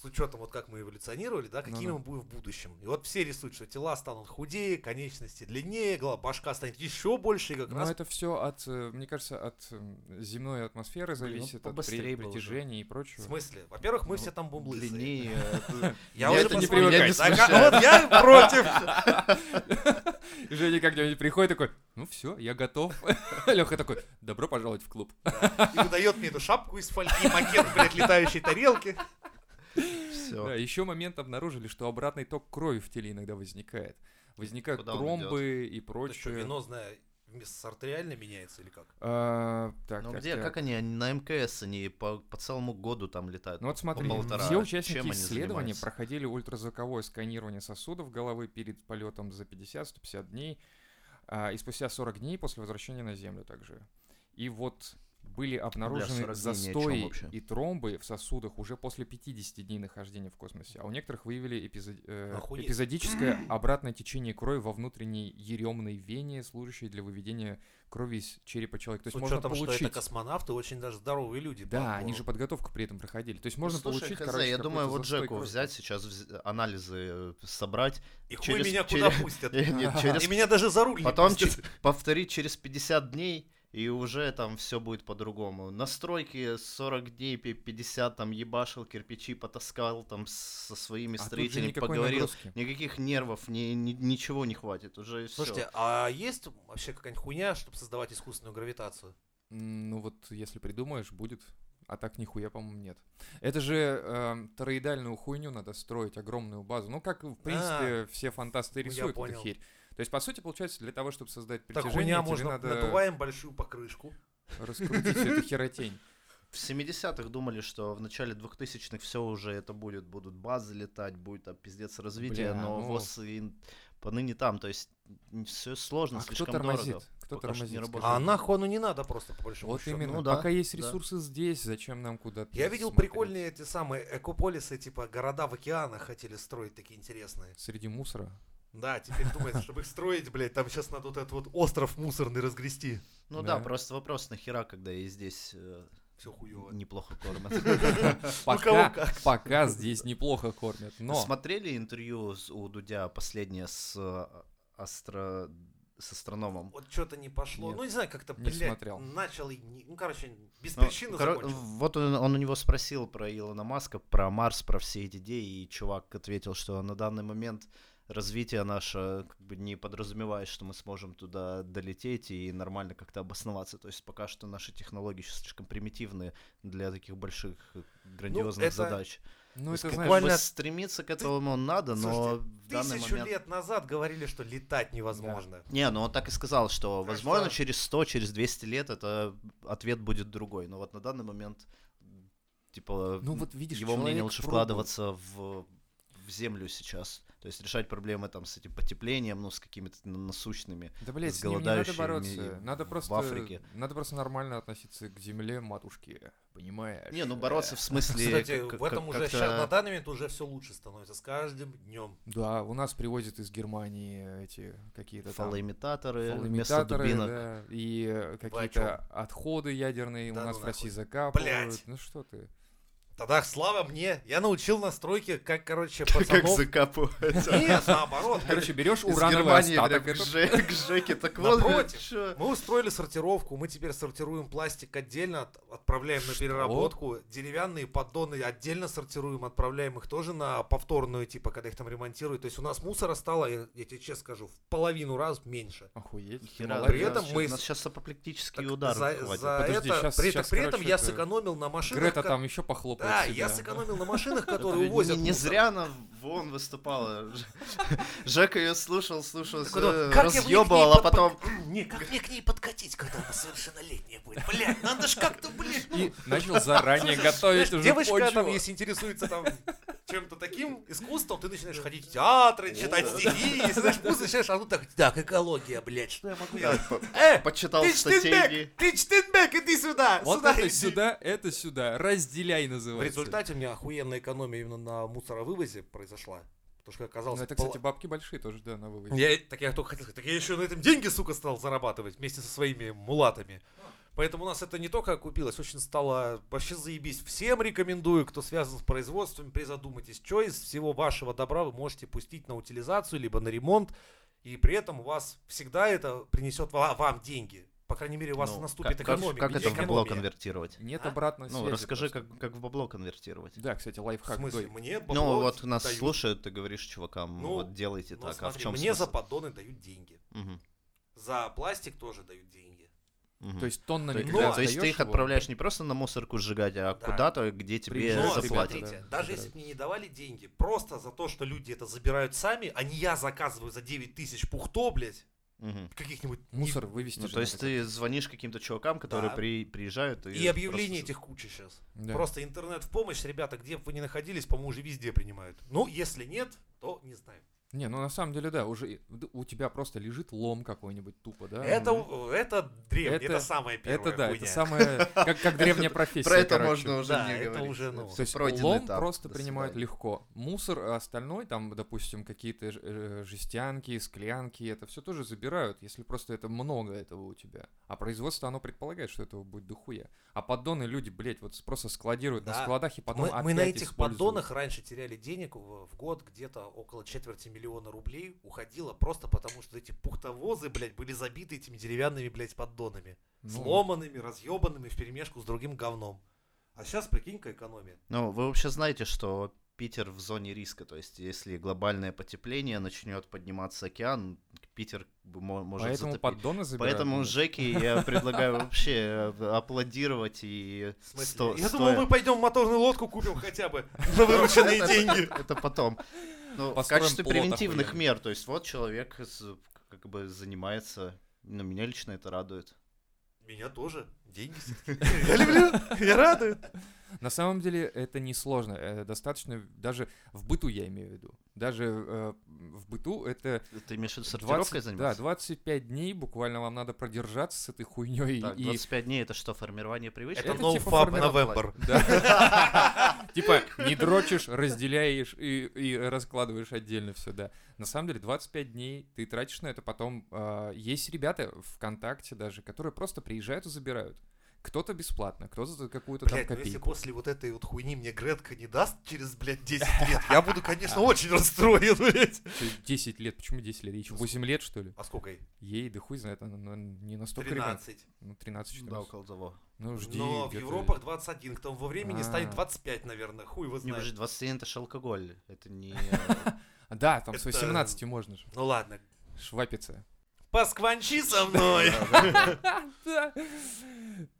Speaker 1: с учетом вот как мы эволюционировали, да, какими мы
Speaker 2: Ну да.
Speaker 1: будем в будущем. И вот все рисуют, что тела станут худее, конечности длиннее, голова, башка станет еще больше, и как
Speaker 2: Но
Speaker 1: раз
Speaker 2: Ну, это все от, э, мне кажется, от м, земной атмосферы
Speaker 3: Блин, ну,
Speaker 2: зависит, от
Speaker 3: побыстрее
Speaker 2: при-
Speaker 3: бы уже.
Speaker 2: притяжения и
Speaker 1: в
Speaker 2: прочего.
Speaker 1: смысле. Во-первых, мы
Speaker 2: Ну,
Speaker 1: все там будем лысые.
Speaker 3: Длиннее.
Speaker 1: Я
Speaker 2: Я
Speaker 1: уже
Speaker 2: это не
Speaker 1: посмотрел.
Speaker 2: привыкаю.
Speaker 1: Так, а вот я и против.
Speaker 2: И Женя как-нибудь приходит такой, ну все, я готов. Леха такой, добро пожаловать в клуб.
Speaker 1: И выдает мне эту шапку из фольги, макет, блядь, летающей тарелки.
Speaker 3: Все.
Speaker 2: Да, еще момент обнаружили, что обратный ток крови в теле иногда возникает. Возникают
Speaker 3: Куда он
Speaker 2: тромбы и
Speaker 1: Это что,
Speaker 2: прочее.
Speaker 1: венозное вместо с артериальной меняется или как?
Speaker 2: А, так,
Speaker 3: Ну
Speaker 2: так,
Speaker 3: где,
Speaker 2: так.
Speaker 3: как они, они на МКС, они по, по целому году там летают.
Speaker 2: Ну вот смотри,
Speaker 3: полтора.
Speaker 2: все
Speaker 3: Чем
Speaker 2: участники
Speaker 3: они
Speaker 2: исследования
Speaker 3: занимаются?
Speaker 2: проходили ультразвуковое сканирование сосудов головы перед полетом за 50-150 дней а, и спустя 40 дней после возвращения на Землю также. И вот были обнаружены
Speaker 3: 40 дней ни о чем
Speaker 2: застои
Speaker 3: вообще.
Speaker 2: и тромбы в сосудах уже после 50 дней нахождения в космосе, а у некоторых выявили эпизо- э,
Speaker 1: Охуеть.
Speaker 2: эпизодическое обратное течение крови во внутренней еремной вене, служащей для выведения крови из черепа человека. То
Speaker 1: С
Speaker 2: есть можно
Speaker 1: учетом, что это
Speaker 2: получить...
Speaker 1: космонавты, очень даже здоровые люди. по
Speaker 2: Да, они
Speaker 1: отбору.
Speaker 2: же подготовку при этом проходили. То есть можно
Speaker 3: Слушай,
Speaker 2: получить,
Speaker 3: хз,
Speaker 2: короче,
Speaker 3: я
Speaker 2: какой-то
Speaker 3: думаю, вот
Speaker 2: застой А
Speaker 3: Джеку
Speaker 2: крови.
Speaker 3: взять сейчас вз- анализы э, собрать.
Speaker 1: И хуй
Speaker 3: через-
Speaker 1: меня
Speaker 3: через-
Speaker 1: куда пустят.
Speaker 3: Э, нет, через
Speaker 1: И меня даже за руль не
Speaker 3: Потом
Speaker 1: пустят.
Speaker 3: че- повторить через 50 дней, и уже там все будет по-другому. Настройки 40 дней, пи- 50 там ебашил, кирпичи потаскал там с- со своими
Speaker 2: А тут же
Speaker 3: строителями
Speaker 2: никакой
Speaker 3: поговорил.
Speaker 2: нагрузки.
Speaker 3: Никаких нервов, ни- ни- ничего не хватит. Уже все.
Speaker 1: Слушайте, а есть вообще какая-нибудь хуйня, чтобы создавать искусственную гравитацию?
Speaker 2: М, Ну вот, если придумаешь, будет. А так нихуя, по-моему, нет. Это же эм, тороидальную хуйню надо строить, огромную базу. Ну, как, в
Speaker 3: А.
Speaker 2: принципе, все
Speaker 1: ну,
Speaker 2: фантасты
Speaker 1: я
Speaker 2: рисуют эту
Speaker 1: понял.
Speaker 2: херь. То есть, по сути, получается, для того, чтобы создать
Speaker 1: Так
Speaker 2: притяжение,
Speaker 1: хуйня
Speaker 2: тебе
Speaker 1: можно,
Speaker 2: надо
Speaker 1: надуваем большую покрышку.
Speaker 2: раскрутить всю эту херотень.
Speaker 3: В 70-х думали, что в начале 2000-х все уже это будет, будут базы летать, будет там пиздец развитие,
Speaker 2: Бля,
Speaker 3: но
Speaker 2: ну.
Speaker 3: ВОЗ и поныне там, то есть все сложно,
Speaker 2: А кто
Speaker 3: слишком
Speaker 2: тормозит?
Speaker 3: дорого.
Speaker 2: Кто
Speaker 3: Пока что не
Speaker 2: тормозит?
Speaker 3: работает.
Speaker 2: скажи?
Speaker 1: А нахуй оно не надо просто, по большому
Speaker 2: Вот
Speaker 1: счету.
Speaker 2: именно.
Speaker 3: Ну да,
Speaker 2: Пока есть
Speaker 3: да.
Speaker 2: ресурсы здесь, зачем нам куда-то
Speaker 1: Я видел
Speaker 2: смотреть?
Speaker 1: прикольные эти самые экополисы, типа города в океанах хотели строить такие интересные.
Speaker 2: Среди мусора.
Speaker 1: Да, теперь думается, чтобы их строить, блядь, там сейчас надо вот этот вот остров мусорный разгрести.
Speaker 3: Ну да.
Speaker 2: Да.
Speaker 3: просто вопрос, нахера, когда и здесь э,
Speaker 1: Все хуево.
Speaker 3: неплохо кормят.
Speaker 1: кого
Speaker 2: Пока,
Speaker 1: как.
Speaker 2: пока здесь неплохо кормят, но...
Speaker 3: Смотрели интервью с- у Дудя последнее с э, астро... с астрономом?
Speaker 1: Вот что-то не пошло.
Speaker 2: Нет,
Speaker 1: Ну, не знаю, как-то,
Speaker 2: не
Speaker 1: блядь,
Speaker 2: смотрел.
Speaker 1: начал... и не- Ну, короче, без
Speaker 3: Ну,
Speaker 1: причины
Speaker 3: коро-
Speaker 1: закончил.
Speaker 3: вот он, он у него спросил про Илона Маска, про Марс, про все эти идеи, и чувак ответил, что на данный момент развитие наше как бы не подразумевает, что мы сможем туда долететь и нормально как-то обосноваться. То есть пока что наши технологии еще слишком примитивны для таких больших э, грандиозных
Speaker 1: Ну, это-
Speaker 3: задач.
Speaker 2: Ну, это,
Speaker 3: как
Speaker 2: знаешь,
Speaker 3: бы
Speaker 1: буквально
Speaker 3: стремиться к этому надо, но
Speaker 1: Слушайте,
Speaker 3: в данный
Speaker 1: Тысячу
Speaker 3: момент...
Speaker 1: лет назад говорили, что летать невозможно.
Speaker 3: Не, ну он так и сказал, что,
Speaker 1: Так
Speaker 3: возможно,
Speaker 1: что-
Speaker 3: через 100, через 200 лет это ответ будет другой. Но вот на данный момент, типа,
Speaker 2: Ну вот видишь,
Speaker 3: его мнение
Speaker 2: человек
Speaker 3: лучше
Speaker 2: пробует.
Speaker 3: вкладываться в, в в землю сейчас. То есть решать проблемы там с этим потеплением, ну, с какими-то н- насущными.
Speaker 2: Да, блядь,
Speaker 3: с
Speaker 2: с ним не надо
Speaker 3: голодающими
Speaker 2: бороться. Надо
Speaker 3: в
Speaker 2: просто,
Speaker 3: Африке.
Speaker 2: надо просто нормально относиться к земле матушки, понимаешь? Э,
Speaker 3: Не, ну бороться в смысле...
Speaker 1: Кстати,
Speaker 3: как-
Speaker 1: в этом
Speaker 3: как-
Speaker 1: уже
Speaker 3: как-то-
Speaker 1: щас- на данный момент уже все лучше становится с каждым днем.
Speaker 2: Да, у нас привозят из Германии эти какие-то там
Speaker 3: фалоимитаторы вместо
Speaker 2: фалоимитаторы,
Speaker 3: дубинок.
Speaker 2: да, и э,
Speaker 1: о
Speaker 2: какие-то отходы ядерные
Speaker 1: Да
Speaker 2: у
Speaker 1: ну
Speaker 2: нас в
Speaker 1: нахуй.
Speaker 2: России закапывают.
Speaker 1: Блядь.
Speaker 2: Ну что ты?
Speaker 1: Тогда слава мне, я научил настройки, как, короче,
Speaker 3: Как
Speaker 1: пацанов...
Speaker 3: закапывать.
Speaker 1: Нет, наоборот.
Speaker 2: Короче, берешь
Speaker 3: Из
Speaker 2: урановый
Speaker 3: Германии
Speaker 2: остаток.
Speaker 3: прям
Speaker 2: это-
Speaker 3: к Жэ- к Жеке. Так вот,
Speaker 1: Напротив.
Speaker 3: чё?
Speaker 1: Мы устроили сортировку, мы теперь сортируем пластик отдельно, от- отправляем на
Speaker 2: Что?
Speaker 1: переработку, деревянные поддоны отдельно сортируем, отправляем их тоже на повторную, типа, когда их там ремонтируют. То есть у нас мусора стало, я, я тебе честно скажу, в половину раз меньше.
Speaker 2: Охуеть. ты
Speaker 3: Хера,
Speaker 1: При
Speaker 2: молодец.
Speaker 1: этом
Speaker 3: нас
Speaker 1: мы-
Speaker 3: щас- Нас сейчас апоплектические
Speaker 1: Так
Speaker 3: удары
Speaker 1: за,
Speaker 3: хватит.
Speaker 1: за
Speaker 2: Подожди,
Speaker 1: это,
Speaker 2: щас-
Speaker 1: при,
Speaker 2: щас,
Speaker 1: при этом
Speaker 2: короче,
Speaker 1: я
Speaker 2: это-
Speaker 1: сэкономил на машинах.
Speaker 2: Грета
Speaker 1: ко-
Speaker 2: там еще похлопает
Speaker 1: Да,
Speaker 2: себя.
Speaker 1: я сэкономил на машинах,
Speaker 3: Это
Speaker 1: которые
Speaker 3: ведь
Speaker 1: увозят.
Speaker 3: Не, не
Speaker 1: мусор.
Speaker 3: зря она вон выступала. Жека ее слушал, слушал,
Speaker 1: Так вот,
Speaker 3: всё,
Speaker 1: как я в них к ней
Speaker 3: разъебывал,
Speaker 1: под-
Speaker 3: а потом...
Speaker 1: Не, как мне к ней подкатить, когда она совершеннолетняя будет? Блядь, надо же как-то, блядь, ну...
Speaker 2: И начал заранее готовить
Speaker 1: Знаешь,
Speaker 2: уже
Speaker 1: девочка
Speaker 2: почву.
Speaker 1: там, если интересуется там чем-то таким искусством, ты начинаешь ходить в театры, читать стихи, если знаешь музыку, начинаешь, а ну так, так, экология, блядь, что я могу делать? Э,
Speaker 3: Почитал
Speaker 1: ты
Speaker 3: статьи.
Speaker 1: Штенбек, ты Штенбек, иди сюда,
Speaker 2: Вот
Speaker 1: сюда
Speaker 2: это
Speaker 1: иди.
Speaker 2: сюда, это сюда. Разделяй
Speaker 1: В
Speaker 2: называется.
Speaker 1: результате у меня охуенная экономия именно на мусоровывозе произошла, потому что
Speaker 2: Ну,
Speaker 1: оказалось...
Speaker 2: это,
Speaker 1: пол-
Speaker 2: кстати, бабки большие тоже, да, на выводе.
Speaker 1: Я, так я только хотел сказать, так я еще на этом деньги, сука, стал зарабатывать вместе со своими мулатами. Поэтому у нас это не только окупилось, очень стало вообще заебись. Всем рекомендую, кто связан с производством, призадумайтесь, что из всего вашего добра вы можете пустить на утилизацию, либо на ремонт, и при этом у вас всегда это принесет ва- вам деньги. По крайней мере, у вас
Speaker 3: Ну,
Speaker 1: наступит
Speaker 3: как- как-
Speaker 1: экономия.
Speaker 3: Как это в
Speaker 1: экономия.
Speaker 3: бабло конвертировать?
Speaker 2: Нет
Speaker 1: А?
Speaker 2: обратной
Speaker 3: Ну,
Speaker 2: связи
Speaker 3: расскажи,
Speaker 2: просто.
Speaker 3: как как в бабло конвертировать.
Speaker 2: Да, кстати,
Speaker 1: В
Speaker 2: лайфхак.
Speaker 1: смысле,
Speaker 2: Дой.
Speaker 1: мне бабло
Speaker 3: Ну, вот нас
Speaker 1: дают.
Speaker 3: слушают, ты говоришь чувакам,
Speaker 1: Ну,
Speaker 3: вот делайте
Speaker 1: Ну,
Speaker 3: так, а в
Speaker 1: смотри,
Speaker 3: чем
Speaker 1: мне за
Speaker 3: смысл?
Speaker 1: поддоны дают деньги.
Speaker 3: Мгм,
Speaker 1: За пластик тоже дают деньги.
Speaker 3: мгм.
Speaker 2: То есть тоннами,
Speaker 1: То-
Speaker 2: когда
Speaker 1: да,
Speaker 3: То есть
Speaker 2: отдаёшь
Speaker 3: ты их
Speaker 2: его,
Speaker 3: отправляешь не просто на мусорку сжигать, а
Speaker 1: Да.
Speaker 3: куда-то, где тебе
Speaker 2: Приезжают
Speaker 1: Но,
Speaker 2: Ну, ребята,
Speaker 3: заплатят.
Speaker 1: смотрите,
Speaker 2: да,
Speaker 1: даже
Speaker 2: забирают.
Speaker 1: если бы мне не давали деньги, просто за то, что люди это забирают сами, а не я заказываю за 9 тысяч пухто, блядь,
Speaker 3: Мгм.
Speaker 1: каких-нибудь...
Speaker 2: Мусор вывести.
Speaker 3: Ну,
Speaker 2: же
Speaker 3: то есть
Speaker 2: надо
Speaker 3: ты звонишь каким-то чувакам, которые
Speaker 1: Да.
Speaker 3: при- приезжают и...
Speaker 1: И объявлений
Speaker 3: просто-
Speaker 1: этих куча сейчас.
Speaker 2: как-то. Да.
Speaker 1: Просто интернет в помощь, ребята, где бы вы ни находились, по-моему, уже везде принимают. Ну, если нет, то не знаю.
Speaker 2: Не, ну на самом деле, да, уже и- д- у тебя просто лежит лом какой-нибудь тупо, да?
Speaker 1: это,
Speaker 2: Мгм.
Speaker 1: это древнее, это,
Speaker 2: Это-
Speaker 1: самое первое.
Speaker 2: Это да, это
Speaker 1: хуйня.
Speaker 2: самое, как, как древняя профессия,
Speaker 3: Про это
Speaker 2: короче.
Speaker 3: можно уже
Speaker 1: Да,
Speaker 3: не
Speaker 1: это
Speaker 3: говорить.
Speaker 1: уже, ну,
Speaker 2: То есть
Speaker 3: пройденный
Speaker 2: лом
Speaker 3: этап.
Speaker 2: просто
Speaker 3: До
Speaker 2: принимают
Speaker 3: свидания.
Speaker 2: легко. Мусор а остальной, там, допустим, какие-то ж- э, жестянки, склянки, это все тоже забирают, если просто это много этого у тебя. А производство, оно предполагает, что этого будет дохуя. А поддоны люди, блядь, вот с- просто складируют на
Speaker 1: Да.
Speaker 2: складах и потом
Speaker 1: мы, мы на
Speaker 2: опять
Speaker 1: этих
Speaker 2: используют.
Speaker 1: поддонах раньше теряли денег в, в год где-то около четверти миллиона рублей уходило просто потому, что эти пухтовозы, блядь, были забиты этими деревянными, блядь, поддонами.
Speaker 2: Ну,
Speaker 1: сломанными, разъебанными в перемешку с другим говном. А сейчас, прикинь-ка, экономия.
Speaker 3: Ну, вы вообще знаете, что Питер в зоне риска, то есть если глобальное потепление начнет подниматься океан, Питер б- мо- может
Speaker 2: Поэтому
Speaker 3: затопить.
Speaker 2: поддоны забирают.
Speaker 3: Поэтому
Speaker 2: блядь.
Speaker 3: Жеке я предлагаю вообще э, аплодировать и
Speaker 1: В смысле?
Speaker 3: сто-
Speaker 1: Я
Speaker 3: стоя-
Speaker 1: думал, мы пойдем моторную лодку купим хотя бы на вырученные деньги.
Speaker 3: Это потом. Ну, в
Speaker 2: Построим
Speaker 3: качестве
Speaker 2: плот
Speaker 3: превентивных
Speaker 2: охуенный.
Speaker 3: мер, то есть вот человек с- как бы занимается, ну, меня лично это радует.
Speaker 1: Меня тоже. Деньги. Я люблю. Я радует.
Speaker 2: На самом деле это несложно. э, Достаточно даже в быту, я имею в виду. Даже э, в быту это
Speaker 3: Ты имеешь в виду
Speaker 2: 20,
Speaker 3: сортировкой
Speaker 2: да,
Speaker 3: заниматься?
Speaker 2: 25 дней буквально вам надо продержаться с этой хуйней.
Speaker 3: Так,
Speaker 2: и
Speaker 3: 25 дней это что, формирование привычек?
Speaker 1: Это
Speaker 2: Это
Speaker 1: no
Speaker 2: типа
Speaker 1: fab
Speaker 2: формировать
Speaker 1: November.
Speaker 2: Да. Типа, не дрочишь, разделяешь и, и раскладываешь отдельно все, да. На самом деле, 25 дней ты тратишь на это потом. а, есть ребята ВКонтакте даже, которые просто приезжают и забирают. Кто-то бесплатно, кто-то за какую-то там
Speaker 1: Блядь, ну если
Speaker 2: копейку.
Speaker 1: после вот этой вот хуйни мне Гретка не даст через, блядь, 10 лет, я буду, конечно, очень расстроен, блядь.
Speaker 2: То есть 10 лет, почему 10 лет? Ей что, 8 лет, что ли?
Speaker 1: А сколько ей?
Speaker 2: Ей, да хуй знает, она, она не настолько ребенок.
Speaker 1: 13.
Speaker 2: Ну, 13 14.
Speaker 3: Да, около того.
Speaker 2: Ну, жди.
Speaker 1: Но в
Speaker 2: где-то.
Speaker 1: Европах 21, к тому во времени станет
Speaker 2: А.
Speaker 1: 25, наверное. Хуй его
Speaker 3: Не, подожди,
Speaker 1: знает.
Speaker 3: 21 это же алкоголь. Это не...
Speaker 2: А, Да, там с
Speaker 1: Это-
Speaker 2: 18 можно же.
Speaker 1: Ну ладно.
Speaker 2: Швапиться.
Speaker 1: Поскванчи со мной.
Speaker 2: Блядь.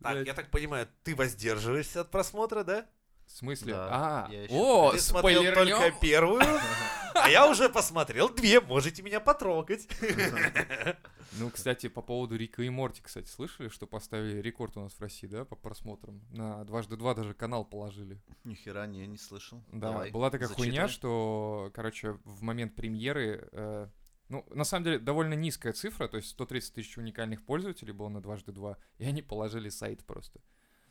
Speaker 1: Так, я так понимаю, ты воздерживаешься от просмотра, да?
Speaker 2: В смысле?
Speaker 3: Да,
Speaker 2: А,
Speaker 3: я ещё-
Speaker 2: о,
Speaker 1: Ты смотрел
Speaker 2: спойлернём?
Speaker 1: только первую, а я уже посмотрел две, можете меня потрогать.
Speaker 2: Ну, кстати, по поводу Рика и Морти, кстати, слышали, что поставили рекорд у нас в России, да, по просмотрам? На дважды два даже канал положили.
Speaker 3: Нихера не, не слышал.
Speaker 2: Да,
Speaker 3: Давай,
Speaker 2: была такая
Speaker 3: зачитай.
Speaker 2: хуйня, что, короче, в момент премьеры, э, ну, на самом деле, довольно низкая цифра, то есть 130 тысяч уникальных пользователей было на дважды два, и они положили сайт просто.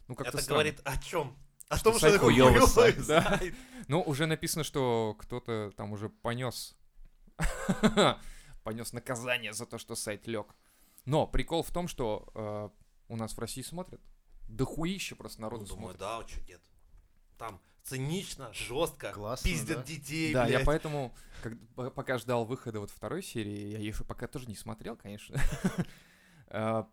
Speaker 2: Ну, как-то
Speaker 1: Это
Speaker 2: странно.
Speaker 1: говорит о чем? О
Speaker 2: Что
Speaker 1: том, что
Speaker 2: сайт
Speaker 1: это
Speaker 3: хуёвый
Speaker 1: хуёвый
Speaker 3: сайт,
Speaker 2: да.
Speaker 1: сайт.
Speaker 2: Ну, уже написано, что кто-то там уже понес. понес наказание за то, что сайт лег. Но прикол в том, что э, у нас в России смотрят. Да хуище просто
Speaker 1: Ну,
Speaker 2: народу
Speaker 1: думаю,
Speaker 2: смотрит.
Speaker 1: да, что нет. Там цинично, жестко,
Speaker 3: Классно,
Speaker 1: пиздят
Speaker 3: да?
Speaker 1: детей,
Speaker 2: да, я
Speaker 1: блядь.
Speaker 2: поэтому, как- п- пока ждал выхода вот второй серии, я ее еще пока тоже не смотрел, конечно. Э,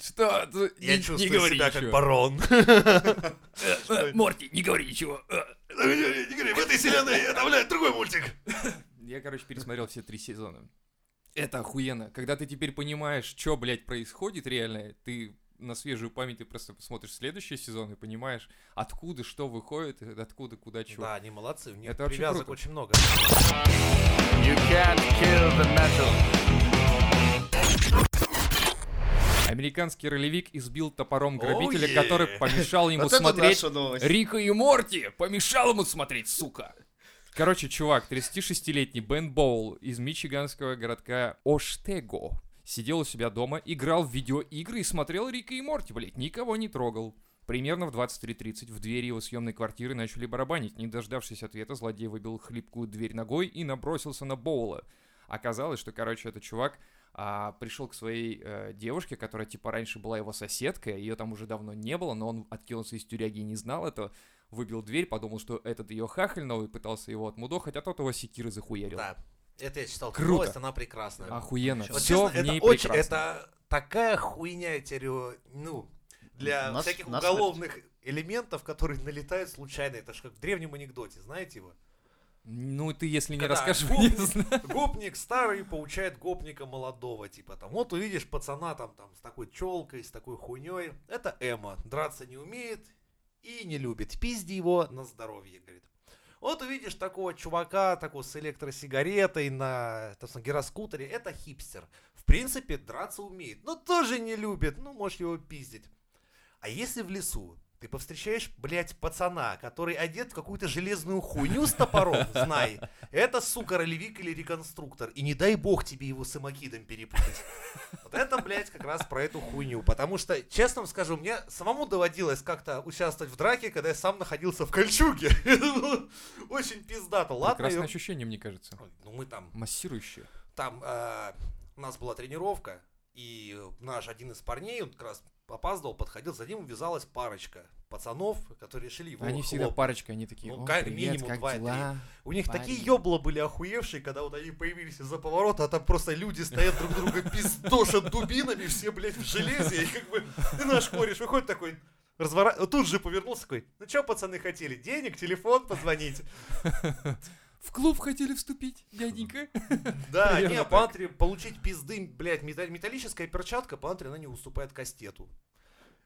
Speaker 2: Что? ты-
Speaker 1: Я
Speaker 2: не- не
Speaker 1: чувствую
Speaker 2: говори
Speaker 1: себя как
Speaker 2: ничего.
Speaker 1: барон.
Speaker 2: Э, Морти, не говори ничего. Э.
Speaker 1: Не говори, в этой вселенной я добавляю другой мультик.
Speaker 2: Я, короче, пересмотрел все три сезона. Это охуенно. Когда ты теперь понимаешь, что, блядь, происходит реально, ты на свежую память ты просто смотришь следующий сезон и понимаешь, откуда что выходит, и откуда куда чего.
Speaker 1: Да, они молодцы, у них
Speaker 2: Это вообще
Speaker 1: привязок
Speaker 2: круто.
Speaker 1: очень много.
Speaker 2: Американский ролевик избил топором
Speaker 1: Оу,
Speaker 2: грабителя,
Speaker 1: е.
Speaker 2: который помешал ему
Speaker 3: Вот это
Speaker 2: смотреть
Speaker 3: наша новость.
Speaker 2: Рика и Морти помешал ему смотреть, сука. Короче, чувак, 36-летний Бен Боул из мичиганского городка Оштего сидел у себя дома, играл в видеоигры и смотрел Рика и Морти, блядь, никого не трогал. Примерно в 23.30 в двери его съемной квартиры начали барабанить. Не дождавшись ответа, злодей выбил хлипкую дверь ногой и набросился на Боула. Оказалось, что, короче, этот чувак а, пришел к своей э, девушке, которая, типа, раньше была его соседкой, ее там уже давно не было, но он откинулся из тюряги и не знал этого, выбил дверь, подумал, что этот ее хахаль новый, пытался его отмудохать, а тот его секиры захуярил.
Speaker 1: Да, это я читал.
Speaker 2: Круто. А
Speaker 1: Новость, она прекрасная.
Speaker 2: Охуенно.
Speaker 3: Вот
Speaker 2: Все
Speaker 1: честно,
Speaker 2: в ней
Speaker 1: это очень,
Speaker 2: прекрасно.
Speaker 1: это такая хуйня, я терю, ну, для
Speaker 3: Нас-
Speaker 1: всяких
Speaker 3: насмерть.
Speaker 1: уголовных элементов, которые налетают случайно. Это же как в древнем анекдоте, знаете его?
Speaker 2: Ну, ты, если не
Speaker 1: Когда
Speaker 2: расскажешь,
Speaker 1: гопник-
Speaker 2: не знаю.
Speaker 1: Гопник старый получает гопника молодого, типа там. Вот увидишь пацана там, там с такой челкой, с такой хуйней. Это Эма. Драться не умеет и не любит. Пизди его на здоровье, говорит. Вот увидишь такого чувака, такого с электросигаретой на, там, на гироскутере, это хипстер. В принципе, драться умеет, но тоже не любит, ну, можешь его пиздить. А если в лесу ты повстречаешь, блядь, пацана, который одет в какую-то железную хуйню с топором, знай, это, сука, ролевик или реконструктор. И не дай бог тебе его с эмакидом перепутать. Вот это, блядь, как раз про эту хуйню. Потому что, честно вам скажу, мне самому доводилось как-то участвовать в драке, когда я сам находился в кольчуге. Это было Очень пиздато. Ладно,
Speaker 2: Прекрасное
Speaker 1: я-
Speaker 2: ощущение, мне кажется.
Speaker 1: ну мы там
Speaker 2: Массирующее.
Speaker 1: там э, у нас была тренировка, и наш один из парней, он как раз опаздывал, подходил, за ним увязалась парочка пацанов, которые решили его
Speaker 2: Они всегда
Speaker 1: хлопнуть.
Speaker 2: парочка, они такие,
Speaker 1: Ну,
Speaker 2: «О,
Speaker 1: как
Speaker 2: привет,
Speaker 1: минимум
Speaker 2: как
Speaker 1: два, три.
Speaker 2: дела?»
Speaker 1: У них
Speaker 2: парень.
Speaker 1: такие ёбла были охуевшие, когда вот они появились из-за поворота, а там просто люди стоят друг друга пиздошат дубинами, все, блядь, в железе, и как бы и наш кореш выходит такой, развора- тут же повернулся такой, ну чё, пацаны, хотели? Денег, телефон, позвонить?
Speaker 2: В клуб хотели вступить, дяденька.
Speaker 1: Да,
Speaker 2: Примерно
Speaker 1: не,
Speaker 2: так.
Speaker 1: по антре получить пизды, блядь, метал- металлическая перчатка, по антре она не уступает кастету.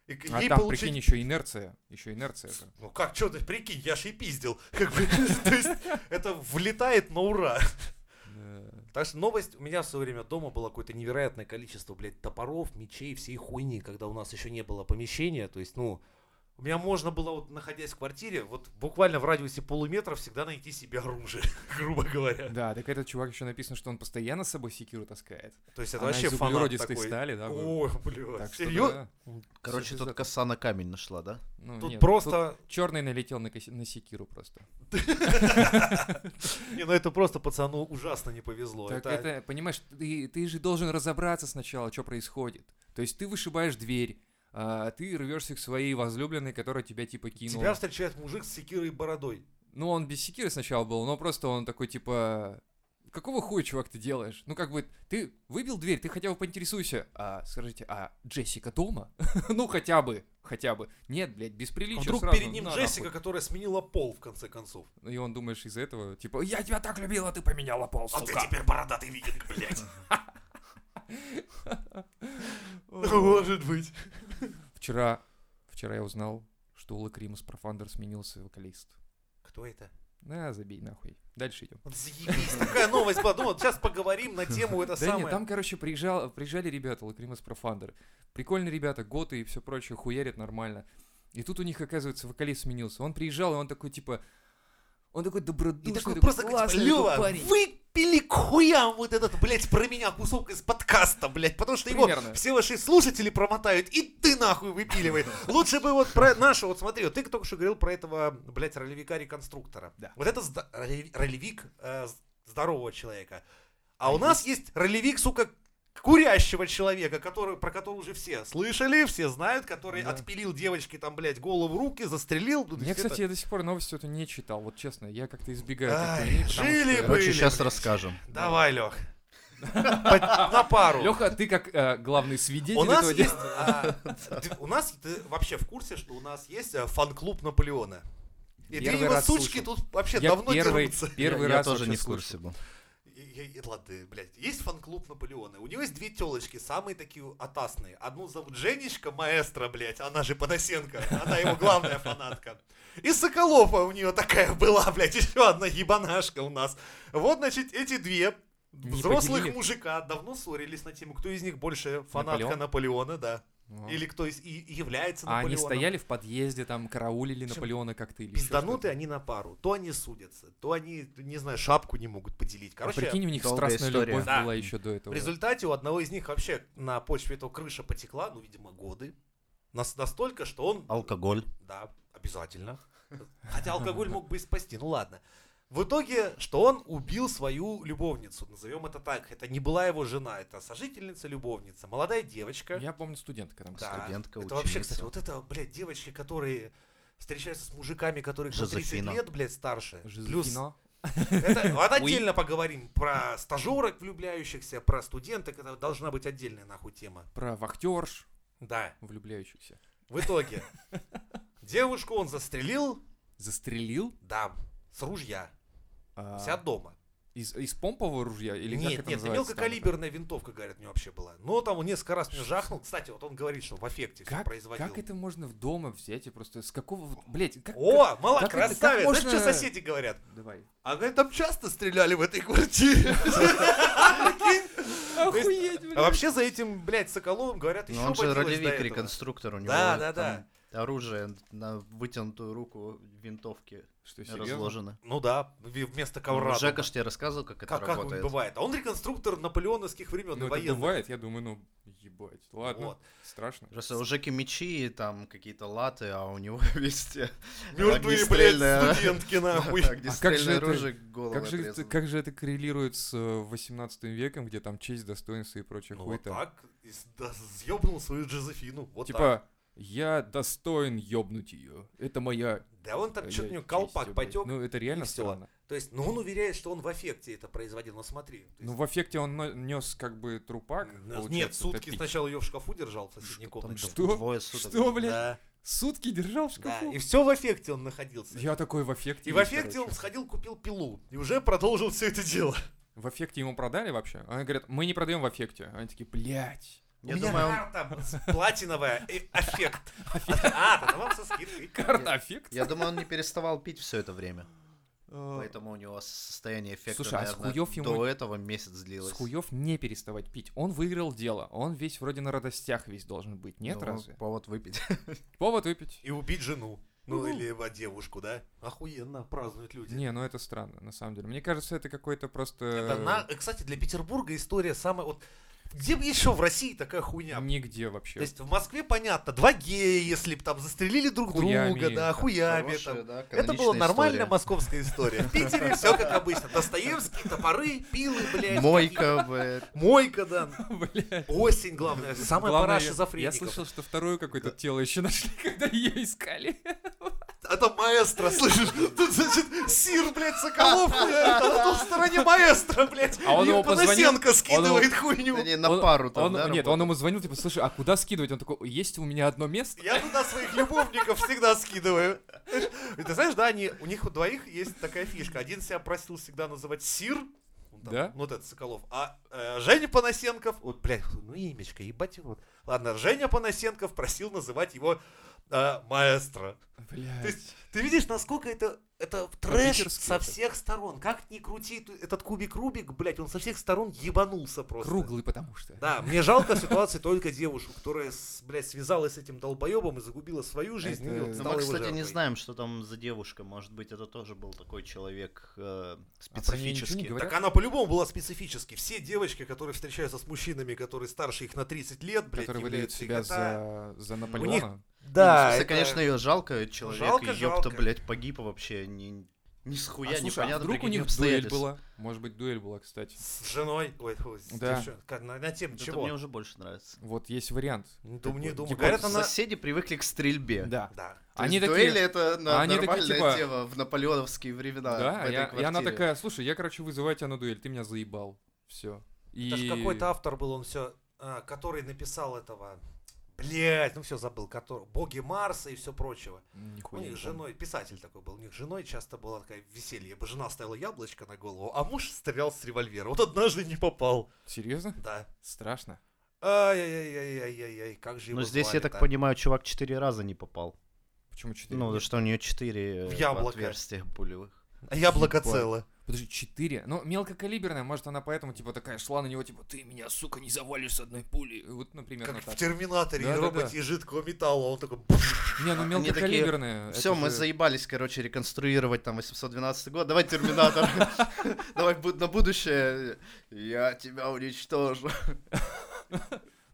Speaker 1: И к-
Speaker 2: А
Speaker 1: ей
Speaker 2: там,
Speaker 1: получить-
Speaker 2: прикинь, еще инерция. Еще инерция. же.
Speaker 1: Ну как, что ты, прикинь, я же и пиздил. Как бы, то есть, это влетает на ура. Так что новость, у меня в свое время дома было какое-то невероятное количество, блядь, топоров, мечей, всей хуйни, когда у нас еще не было помещения, то есть, ну, у меня можно было, вот, находясь в квартире, вот буквально в радиусе полуметра всегда найти себе оружие, грубо говоря.
Speaker 2: Да, так этот чувак еще написано, что он постоянно с собой секиру таскает.
Speaker 1: То есть это
Speaker 2: Она
Speaker 1: вообще
Speaker 2: из
Speaker 1: фанат
Speaker 2: углеродистой
Speaker 1: такой.
Speaker 2: стали, да? был.
Speaker 1: Ой, блядь,
Speaker 2: Так что,
Speaker 1: серьезно?
Speaker 2: да.
Speaker 3: Короче,
Speaker 2: Всё
Speaker 3: тут
Speaker 2: пиздато.
Speaker 3: коса на камень нашла, да?
Speaker 2: Ну,
Speaker 1: Тут
Speaker 2: нет,
Speaker 1: просто...
Speaker 2: Черный налетел на, коси- на секиру просто.
Speaker 1: Не, ну это просто пацану ужасно не повезло.
Speaker 2: Так
Speaker 1: Это-
Speaker 2: это, понимаешь, ты, ты же должен разобраться сначала, что происходит. То есть ты вышибаешь дверь, а, ты рвешься к своей возлюбленной, которая тебя типа кинула.
Speaker 1: Тебя встречает мужик с секирой и бородой.
Speaker 2: Ну, он без секиры сначала был, но просто он такой, типа... Какого хуя, чувак, ты делаешь? Ну, как бы, ты выбил дверь, ты хотя бы поинтересуйся. А, скажите, а Джессика дома? ну, хотя бы, хотя бы. Нет, блядь, без приличия
Speaker 1: А вдруг
Speaker 2: сразу,
Speaker 1: перед ним
Speaker 2: на,
Speaker 1: Джессика, которая сменила пол, в конце концов.
Speaker 2: нахуй. И он, думаешь, из-за этого, типа, я тебя так любила, ты поменяла пол,
Speaker 1: А ты
Speaker 2: сука».
Speaker 1: теперь бородатый викинг, блядь.
Speaker 2: О.
Speaker 1: быть.
Speaker 2: Вчера, вчера я узнал, что у Лакримус Профандер сменился вокалист.
Speaker 1: Кто это?
Speaker 2: На, забей нахуй. Дальше идем.
Speaker 1: Вот заебись, такая новость была. Думал, сейчас поговорим на тему это
Speaker 2: Да нет,
Speaker 1: самое.
Speaker 2: там, короче, приезжал, приезжали ребята, Лакримас Профандер. Прикольные ребята, готы и все прочее, хуярят нормально. И тут у них, оказывается, вокалист сменился. Он приезжал, и он такой, типа... Он такой
Speaker 1: И
Speaker 2: добродушный,
Speaker 1: такой типа, просто, говорит,
Speaker 2: классный такой
Speaker 1: Лёва,
Speaker 2: парень».
Speaker 1: выпили к хуям вот этот, блядь, про меня кусок из подкаста, блядь, потому что его
Speaker 2: Примерно.
Speaker 1: все ваши слушатели промотают, и ты нахуй выпиливай. Лучше бы вот про нашего, вот смотри, вот ты только что говорил про этого, блядь, ролевика-реконструктора.
Speaker 3: Да.
Speaker 1: Вот это зда- роле- ролевик э, з- здорового человека. А у нас есть ролевик, сука, курящего человека, который, про которого уже все слышали, все знают, который
Speaker 2: Да.
Speaker 1: отпилил девочке там, блядь, голову, руки, застрелил. Ну, то
Speaker 2: Я,
Speaker 1: есть это-
Speaker 2: кстати, я до сих пор новости эту не читал, вот честно, я как-то избегаю
Speaker 1: Ай,
Speaker 2: этой хуйни, потому
Speaker 1: жили
Speaker 2: что-
Speaker 1: бы.
Speaker 3: Короче,
Speaker 1: Были,
Speaker 3: сейчас
Speaker 1: блядь.
Speaker 3: расскажем.
Speaker 1: Давай, Лех. На пару.
Speaker 2: Лёха, ты как э, главный свидетель
Speaker 1: У нас
Speaker 2: этого
Speaker 1: есть,
Speaker 2: дела.
Speaker 1: а, ты- у нас, ты вообще в курсе, что у нас есть а, фан-клуб Наполеона? И ты
Speaker 2: Первый
Speaker 1: его
Speaker 2: раз
Speaker 1: сучки
Speaker 2: слышу.
Speaker 1: тут вообще
Speaker 2: Я
Speaker 1: давно
Speaker 2: первый,
Speaker 1: дерутся.
Speaker 2: первый
Speaker 3: я,
Speaker 2: раз
Speaker 3: я тоже
Speaker 2: вообще
Speaker 3: не в
Speaker 2: слышу.
Speaker 3: курсе был.
Speaker 1: И- и- и- Ладно, блядь, есть фан-клуб Наполеона. У него есть две телочки, самые такие атасные. Одну зовут Женечка Маэстро, блядь, она же Подосенко, она его главная фанатка. И Соколова у нее такая была, блядь, еще одна ебанашка у нас. Вот, значит, эти две
Speaker 2: Не
Speaker 1: взрослых
Speaker 2: поделили?
Speaker 1: мужика давно ссорились на тему, кто из них больше фанатка
Speaker 2: Наполеон?
Speaker 1: Наполеона, да.
Speaker 2: Ну.
Speaker 1: Или кто из, и, и является
Speaker 2: А они
Speaker 1: Наполеоном.
Speaker 2: стояли в подъезде, там, караулили
Speaker 1: В общем,
Speaker 2: Наполеона как-то или ещё
Speaker 1: Пизданутые
Speaker 2: что-то.
Speaker 1: они на пару. То они судятся, то они, не знаю, шапку не могут поделить.
Speaker 2: А
Speaker 1: Короче,
Speaker 2: Прикинь, у них
Speaker 3: долгая
Speaker 2: страстная
Speaker 3: история.
Speaker 2: любовь
Speaker 1: Да.
Speaker 2: была еще до этого.
Speaker 1: В результате у одного из них вообще на почве этого крыша потекла, ну, видимо, годы. Нас- Настолько, что он... а,
Speaker 3: Алкоголь.
Speaker 1: Да, обязательно. Хотя алкоголь мог бы и спасти, ну ладно. В итоге, что он убил свою любовницу, назовем это так. Это не была его жена, это сожительница-любовница, молодая девочка.
Speaker 2: Я помню студентка там.
Speaker 1: Да,
Speaker 3: Студентка,
Speaker 1: это вообще,
Speaker 3: ученица.
Speaker 1: кстати, вот это, блядь, девочки, которые встречаются с мужиками, которые по 30
Speaker 3: Жозефина.
Speaker 1: лет, блядь, старше. Плюс
Speaker 2: Жозефина.
Speaker 1: это, вот
Speaker 2: Уи.
Speaker 1: отдельно поговорим про стажерок влюбляющихся, про студенток. Это должна быть отдельная нахуй тема.
Speaker 2: Про вахтерш
Speaker 1: Да,
Speaker 2: влюбляющихся.
Speaker 1: в итоге. Девушку он застрелил,
Speaker 2: Застрелил?
Speaker 1: да, с ружья.
Speaker 2: а,
Speaker 1: Вся дома.
Speaker 2: Из, из помпового ружья? Или как
Speaker 1: нет,
Speaker 2: это
Speaker 1: нет,
Speaker 2: называется там?
Speaker 1: мелкокалиберная винтовка, говорят, у него вообще была. Но там он несколько раз мне жахнул. Кстати, вот он говорит, что в аффекте все
Speaker 2: Как,
Speaker 1: производил.
Speaker 2: как это можно в дома взять и просто с какого... вот, Блядь, как...
Speaker 1: О, мало,
Speaker 2: как это- как
Speaker 1: красавец! Знаешь,
Speaker 2: можно-
Speaker 1: что соседи говорят?
Speaker 2: как- Давай.
Speaker 1: А говорит, там часто стреляли в этой квартире.
Speaker 2: Охуеть,
Speaker 1: А
Speaker 2: блядь.
Speaker 1: вообще за этим, блядь, Соколовым
Speaker 2: Ну,
Speaker 1: говорят еще
Speaker 3: Но Ну, он же
Speaker 1: водилось до
Speaker 3: ролевик,
Speaker 1: этого.
Speaker 3: реконструктор у него.
Speaker 1: Да, да,
Speaker 3: там Оружие на вытянутую руку винтовки
Speaker 2: Что, серьезно?
Speaker 3: разложено.
Speaker 1: Ну да, ви- вместо ковра.
Speaker 3: Ну,
Speaker 1: дома.
Speaker 3: Жека ж тебе рассказывал, как это
Speaker 1: как, как он
Speaker 3: работает.
Speaker 1: бывает? А он реконструктор наполеоновских времен
Speaker 2: Ну,
Speaker 1: и
Speaker 2: это
Speaker 1: военных.
Speaker 2: бывает, я думаю, ну, ебать. Ладно,
Speaker 1: Вот.
Speaker 2: страшно.
Speaker 3: Просто у Жеки мечи, и там какие-то латы, а у него везде
Speaker 1: Мертвые,
Speaker 3: Огнестрельное.
Speaker 1: блядь, студентки, нахуй. Ну,
Speaker 2: а же
Speaker 3: огнестрельное
Speaker 2: это-
Speaker 3: оружие голову
Speaker 2: Как же, это,
Speaker 3: отрезано.
Speaker 2: как же это коррелирует с э, 18 веком, где там честь, достоинство и прочее
Speaker 1: Ну вот
Speaker 2: хуета?
Speaker 1: так, и с- да, съебнул свою Джозефину. Вот так.
Speaker 2: типа, я достоин ёбнуть ее. Это моя...
Speaker 1: Да он там
Speaker 2: э,
Speaker 1: что-то у него
Speaker 2: честь,
Speaker 1: колпак
Speaker 2: блядь».
Speaker 1: потек.
Speaker 2: Ну, это реально
Speaker 1: всё.
Speaker 2: странно.
Speaker 1: То есть, ну он уверяет, что он в аффекте это производил. Ну смотри. то
Speaker 2: Ну,
Speaker 1: есть,
Speaker 2: в эффекте он но- нес как бы трупак,
Speaker 1: н- Нет,
Speaker 2: получается,
Speaker 1: сутки
Speaker 2: топить.
Speaker 1: сначала ее в шкафу держал в соседней
Speaker 3: Там
Speaker 1: комнате.
Speaker 2: Что?
Speaker 3: Двое суток.
Speaker 2: Что, блядь?
Speaker 1: Да,
Speaker 2: Сутки держал в
Speaker 1: да.
Speaker 2: шкафу?
Speaker 1: И все в аффекте он находился.
Speaker 2: Я такой в эффекте.
Speaker 1: И в аффекте он сходил, купил пилу. И уже продолжил все это дело.
Speaker 2: В эффекте ему продали вообще? Они говорят, мы не продаем в эффекте. Они такие, блядь.
Speaker 1: У
Speaker 3: Я
Speaker 1: меня
Speaker 3: думаю, он-
Speaker 1: карта с- платиновая, э, аффект. А, тогда вам со скидкой.
Speaker 2: Карта эффект.
Speaker 3: Я думаю, он не переставал пить все это время. Поэтому у него состояние эффекта,
Speaker 2: А. Слушай, а с
Speaker 3: наверное,
Speaker 2: хуёв ему-
Speaker 3: до этого месяц
Speaker 2: С
Speaker 3: длилось.
Speaker 2: хуев не переставать пить. Он выиграл дело. Он весь вроде на радостях весь должен быть. Нет
Speaker 3: Ну,
Speaker 2: разве?
Speaker 3: Повод выпить.
Speaker 2: Повод выпить.
Speaker 1: И убить жену. Ну
Speaker 2: Ну.
Speaker 1: или э, девушку, да? Охуенно, празднуют люди.
Speaker 2: Не, ну это странно, на самом деле. Мне кажется, это какой-то просто...
Speaker 1: Это на- э, Кстати, для Петербурга история самая... вот Где бы еще в России такая хуйня?
Speaker 2: Нигде вообще.
Speaker 1: То есть в Москве, понятно, два гея, если бы там застрелили друг
Speaker 2: Хуями.
Speaker 1: друга, да, хуями.
Speaker 3: Хорошая,
Speaker 1: там.
Speaker 3: да,
Speaker 1: Это
Speaker 3: каноничная
Speaker 1: была нормальная
Speaker 3: история.
Speaker 1: московская история. В Питере все как обычно. Достоевский, топоры, пилы, блядь.
Speaker 3: Мойка, блядь.
Speaker 1: Мойка, да.
Speaker 2: Блядь.
Speaker 1: Осень, главное. Самая
Speaker 2: Главное,
Speaker 1: пора
Speaker 2: я-
Speaker 1: шизофреников.
Speaker 2: Я слышал, что вторую какое-то тело еще нашли, когда ее искали.
Speaker 1: А там маэстро, слышишь? Тут, значит, сир, блядь, Соколов, а на той стороне маэстро, блядь.
Speaker 2: А он
Speaker 1: И
Speaker 2: ему позвонил?
Speaker 1: Коносенко скидывает хуйню.
Speaker 3: Они на
Speaker 2: Он-
Speaker 3: пару там,
Speaker 2: он-
Speaker 3: да,
Speaker 2: Нет, он
Speaker 3: работают?
Speaker 2: ему звонил, типа, слушай, а куда скидывать? Он такой, есть у меня одно место?
Speaker 1: Я туда своих любовников всегда скидываю. Знаешь, Ты знаешь, да, они, у них у двоих есть такая фишка. Один себя просил всегда называть сир, он там,
Speaker 2: Да?
Speaker 1: ну, вот этот Соколов. А э, Женя Панасенков, вот, блядь, ну, имечко, ебать его. Ладно, Женя Панасенков просил называть его а, маэстро.
Speaker 2: Блядь.
Speaker 1: Ты видишь, насколько это, это трэш
Speaker 2: По-питерски
Speaker 1: со
Speaker 2: это.
Speaker 1: всех сторон. Как ни крути ту- этот кубик Рубик, блядь, он со всех сторон ебанулся просто.
Speaker 2: Круглый, потому что.
Speaker 1: Да, мне жалко ситуации только девушку, которая, с- блядь, связалась с этим долбоебом и загубила свою жизнь.
Speaker 2: Это-
Speaker 1: и вот
Speaker 2: Ну,
Speaker 3: Ну,
Speaker 1: стала
Speaker 3: мы,
Speaker 1: его
Speaker 3: кстати, не
Speaker 1: жертвой.
Speaker 3: знаем, что там за девушка. Может быть, это тоже был такой человек э,
Speaker 2: А про неё ничего не
Speaker 3: специфический.
Speaker 2: говорят?
Speaker 1: Так она по-любому была специфически. Все девочки, которые встречаются с мужчинами, которые старше их на 30 лет, блядь,
Speaker 2: который выдает
Speaker 1: являются
Speaker 2: себя
Speaker 1: их это-
Speaker 2: за, за Наполеона.
Speaker 3: Ну, в
Speaker 1: Да,
Speaker 3: смысле,
Speaker 1: это-
Speaker 3: конечно, ее жалко, человек,
Speaker 1: Жалко,
Speaker 3: и ёпта,
Speaker 1: жалко.
Speaker 3: блядь, погиб вообще ни, ни с хуя,
Speaker 2: а, слушай, а
Speaker 3: непонятно при
Speaker 2: вдруг у
Speaker 3: каких
Speaker 2: них дуэль
Speaker 3: обстоятельствах.
Speaker 2: была? Может быть, дуэль была, кстати.
Speaker 1: с женой. Ой, ой, ты
Speaker 2: Да.
Speaker 1: чё, как- на, на тему
Speaker 3: Вот это
Speaker 1: чего?
Speaker 3: мне уже больше нравится.
Speaker 2: Вот есть вариант.
Speaker 1: Не думаю, не
Speaker 2: Вот,
Speaker 1: думаю.
Speaker 2: типа,
Speaker 1: Говорят, она...
Speaker 3: Соседи привыкли к стрельбе.
Speaker 2: Да.
Speaker 1: Да.
Speaker 3: То
Speaker 2: Они
Speaker 3: есть
Speaker 2: такие,
Speaker 3: дуэли это на-
Speaker 2: а они такие,
Speaker 3: нормальная
Speaker 2: типа-
Speaker 3: тема в наполеоновские времена.
Speaker 2: да,
Speaker 3: в этой
Speaker 2: я- и она
Speaker 3: квартире.
Speaker 2: такая, слушай, я, короче, вызываю тебя на дуэль, ты меня заебал. Все. И...
Speaker 1: Это ж какой-то автор был, он все, который написал этого. Блять, ну все забыл, который, боги Марса и все прочего. у
Speaker 2: Нихуя
Speaker 1: них
Speaker 2: не
Speaker 1: с
Speaker 2: помню.
Speaker 1: женой, писатель такой был, у них с женой часто была такая веселье. Жена ставила яблочко на голову, а муж стрелял с револьвера. Вот однажды не попал.
Speaker 2: Серьезно?
Speaker 1: Да.
Speaker 2: Страшно.
Speaker 1: Ай-яй-яй-яй-яй-яй, как же его
Speaker 3: Но Ну, здесь, я
Speaker 1: звали-то?
Speaker 3: так понимаю, чувак четыре раза не попал.
Speaker 2: Почему 4?
Speaker 3: Ну, за что у нее четыре
Speaker 1: В
Speaker 3: э,
Speaker 1: яблоко.
Speaker 3: отверстия пулевых.
Speaker 1: А Яблоко
Speaker 2: Ебать.
Speaker 1: цело.
Speaker 2: Подожди, 4? Ну, мелкокалиберная, может, она поэтому, типа, такая шла на него, типа, ты меня, сука, не завалишь с одной пули. Вот, например,
Speaker 1: Как
Speaker 2: она
Speaker 1: в
Speaker 2: ну так.
Speaker 1: Терминаторе и
Speaker 2: Да-да-да.
Speaker 1: роботе из жидкого металла. Он такой...
Speaker 2: Не, ну
Speaker 3: Они такие,
Speaker 2: мелкокалиберная. это
Speaker 3: Все, мы
Speaker 2: же-
Speaker 3: заебались, короче, реконструировать там 812 год. Давай Терминатор. Давай бу- на будущее. Я тебя уничтожу.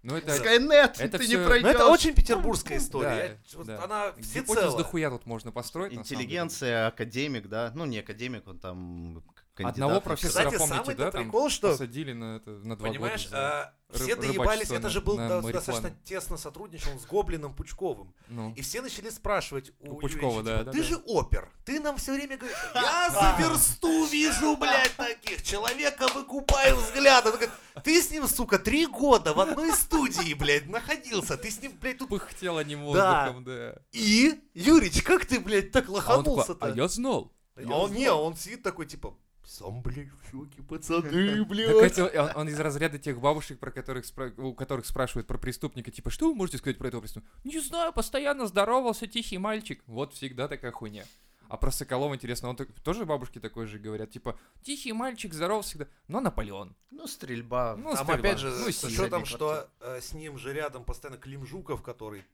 Speaker 2: Ну, это...
Speaker 3: Скайнет,
Speaker 2: Это
Speaker 3: ты не
Speaker 2: всё- Ну,
Speaker 1: Но это
Speaker 3: пройдешь.
Speaker 1: очень петербургская история. Я-
Speaker 2: да,
Speaker 1: вот
Speaker 2: да.
Speaker 1: Она
Speaker 2: Гипотез
Speaker 1: всецело.
Speaker 2: дохуя тут можно построить, на самом деле.
Speaker 3: Интеллигенция, академик, да. Ну, не академик, он там кандидат.
Speaker 2: Одного профессора,
Speaker 1: Кстати,
Speaker 2: помните,
Speaker 1: самый
Speaker 2: да, там
Speaker 1: прикол, что
Speaker 2: Ну, Посадили на, это, на два
Speaker 1: Понимаешь,
Speaker 2: года. за-
Speaker 1: а, все
Speaker 2: ры-
Speaker 1: доебались,
Speaker 2: рыбачество
Speaker 1: это
Speaker 2: на-
Speaker 1: же был
Speaker 2: на
Speaker 1: до-
Speaker 2: марихуану.
Speaker 1: достаточно тесно сотрудничал он с Гоблином Пучковым.
Speaker 2: Ну.
Speaker 1: И все начали спрашивать у,
Speaker 2: У Пучкова,
Speaker 1: Юрьевича, типа,
Speaker 2: да, да,
Speaker 1: Ты
Speaker 2: да.
Speaker 1: же опер, ты нам все время говоришь, я за версту вижу, блядь, таких, человека выкупаю взгляд. Он говорит, Ты с ним, сука, три года в одной студии, блядь, находился, ты с ним, блядь, тут...
Speaker 2: Пыхтело не воздухом, да.
Speaker 1: И, Юрич, как ты, блядь, так
Speaker 2: А он такой,
Speaker 1: лоханулся-то?
Speaker 2: а я знал.
Speaker 1: А он, не, он сидит такой, типа, сам, блядь, в шоке, пацаны,
Speaker 2: Так
Speaker 1: блядь.
Speaker 2: это он, он из разряда тех бабушек, про которых спра- у которых спрашивают про преступника, типа, что вы можете сказать про этого преступника? Не знаю, постоянно здоровался, тихий мальчик. Вот всегда такая хуйня. А про Соколова интересно, он так- тоже бабушки такой же говорят, типа, тихий мальчик, здоров всегда, но Наполеон.
Speaker 3: Ну, стрельба.
Speaker 2: Ну,
Speaker 1: Там
Speaker 2: стрельба.
Speaker 1: опять же,
Speaker 2: Ну,
Speaker 1: с
Speaker 2: сильно.
Speaker 1: учетом,
Speaker 3: Задней
Speaker 1: что э, с ним же рядом постоянно Клим Жуков, который,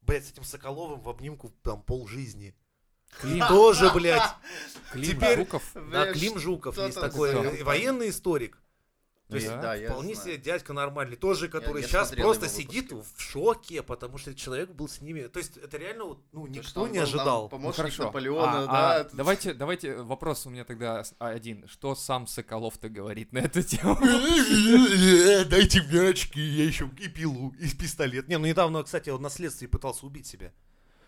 Speaker 1: блядь, с этим Соколовым в обнимку там полжизни. И
Speaker 2: Клим,
Speaker 1: тоже, блядь,
Speaker 2: Клим Ну,
Speaker 1: теперь-
Speaker 2: Жуков.
Speaker 1: да,
Speaker 3: Бля,
Speaker 1: Клим Жуков
Speaker 3: что
Speaker 1: есть
Speaker 3: там
Speaker 1: такой,
Speaker 2: такое?
Speaker 1: э, военный историк. То есть
Speaker 2: Да,
Speaker 3: я
Speaker 1: вполне
Speaker 3: знаю.
Speaker 1: себе дядька нормальный, тоже, который
Speaker 3: я
Speaker 1: сейчас
Speaker 3: смотрел его
Speaker 1: просто сидит
Speaker 3: выпуски.
Speaker 1: в шоке, потому что человек был с ними. То есть это реально, вот, ну,
Speaker 3: То,
Speaker 1: никто
Speaker 3: что он
Speaker 1: не
Speaker 3: был там
Speaker 1: ожидал.
Speaker 2: Ну,
Speaker 3: Помощник
Speaker 2: хорошо.
Speaker 3: Наполеона,
Speaker 2: А,
Speaker 3: да.
Speaker 2: а,
Speaker 3: это-
Speaker 2: давайте, давайте вопрос у меня тогда с- а, один. Что сам Соколов-то говорит на эту тему?
Speaker 1: Э, Дайте мне очки, я еще и пилу, и пистолет. Не, ну недавно, кстати, он на следствии пытался убить себя.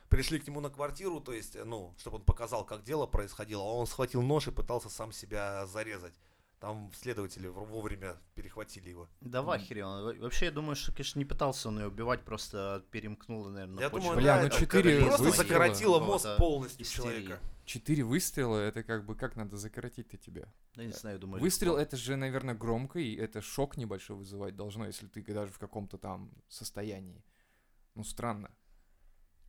Speaker 1: Пришли к нему на квартиру, то есть, э, ну, чтобы он показал, как дело происходило, а он схватил нож и пытался сам себя зарезать. Там следователи в- вовремя перехватили его.
Speaker 3: Да в ахере он. Во- Вообще, я думаю, что, конечно, не пытался он ее убивать, просто перемкнула, наверное,
Speaker 1: Я думаю,
Speaker 2: Бля,
Speaker 1: да,
Speaker 2: ну
Speaker 1: это
Speaker 2: четыре
Speaker 1: просто
Speaker 2: выстрела.
Speaker 1: закоротило
Speaker 3: Вот,
Speaker 1: мозг
Speaker 3: да.
Speaker 1: полностью
Speaker 3: Истерии.
Speaker 1: человека.
Speaker 2: Четыре выстрела, это как бы, как надо закоротить-то тебя?
Speaker 3: Я не знаю, я думаю...
Speaker 2: Выстрел
Speaker 3: легко.
Speaker 2: это же, наверное, громко, и это шок небольшой вызывать должно, если ты даже в каком-то там состоянии. Ну, странно.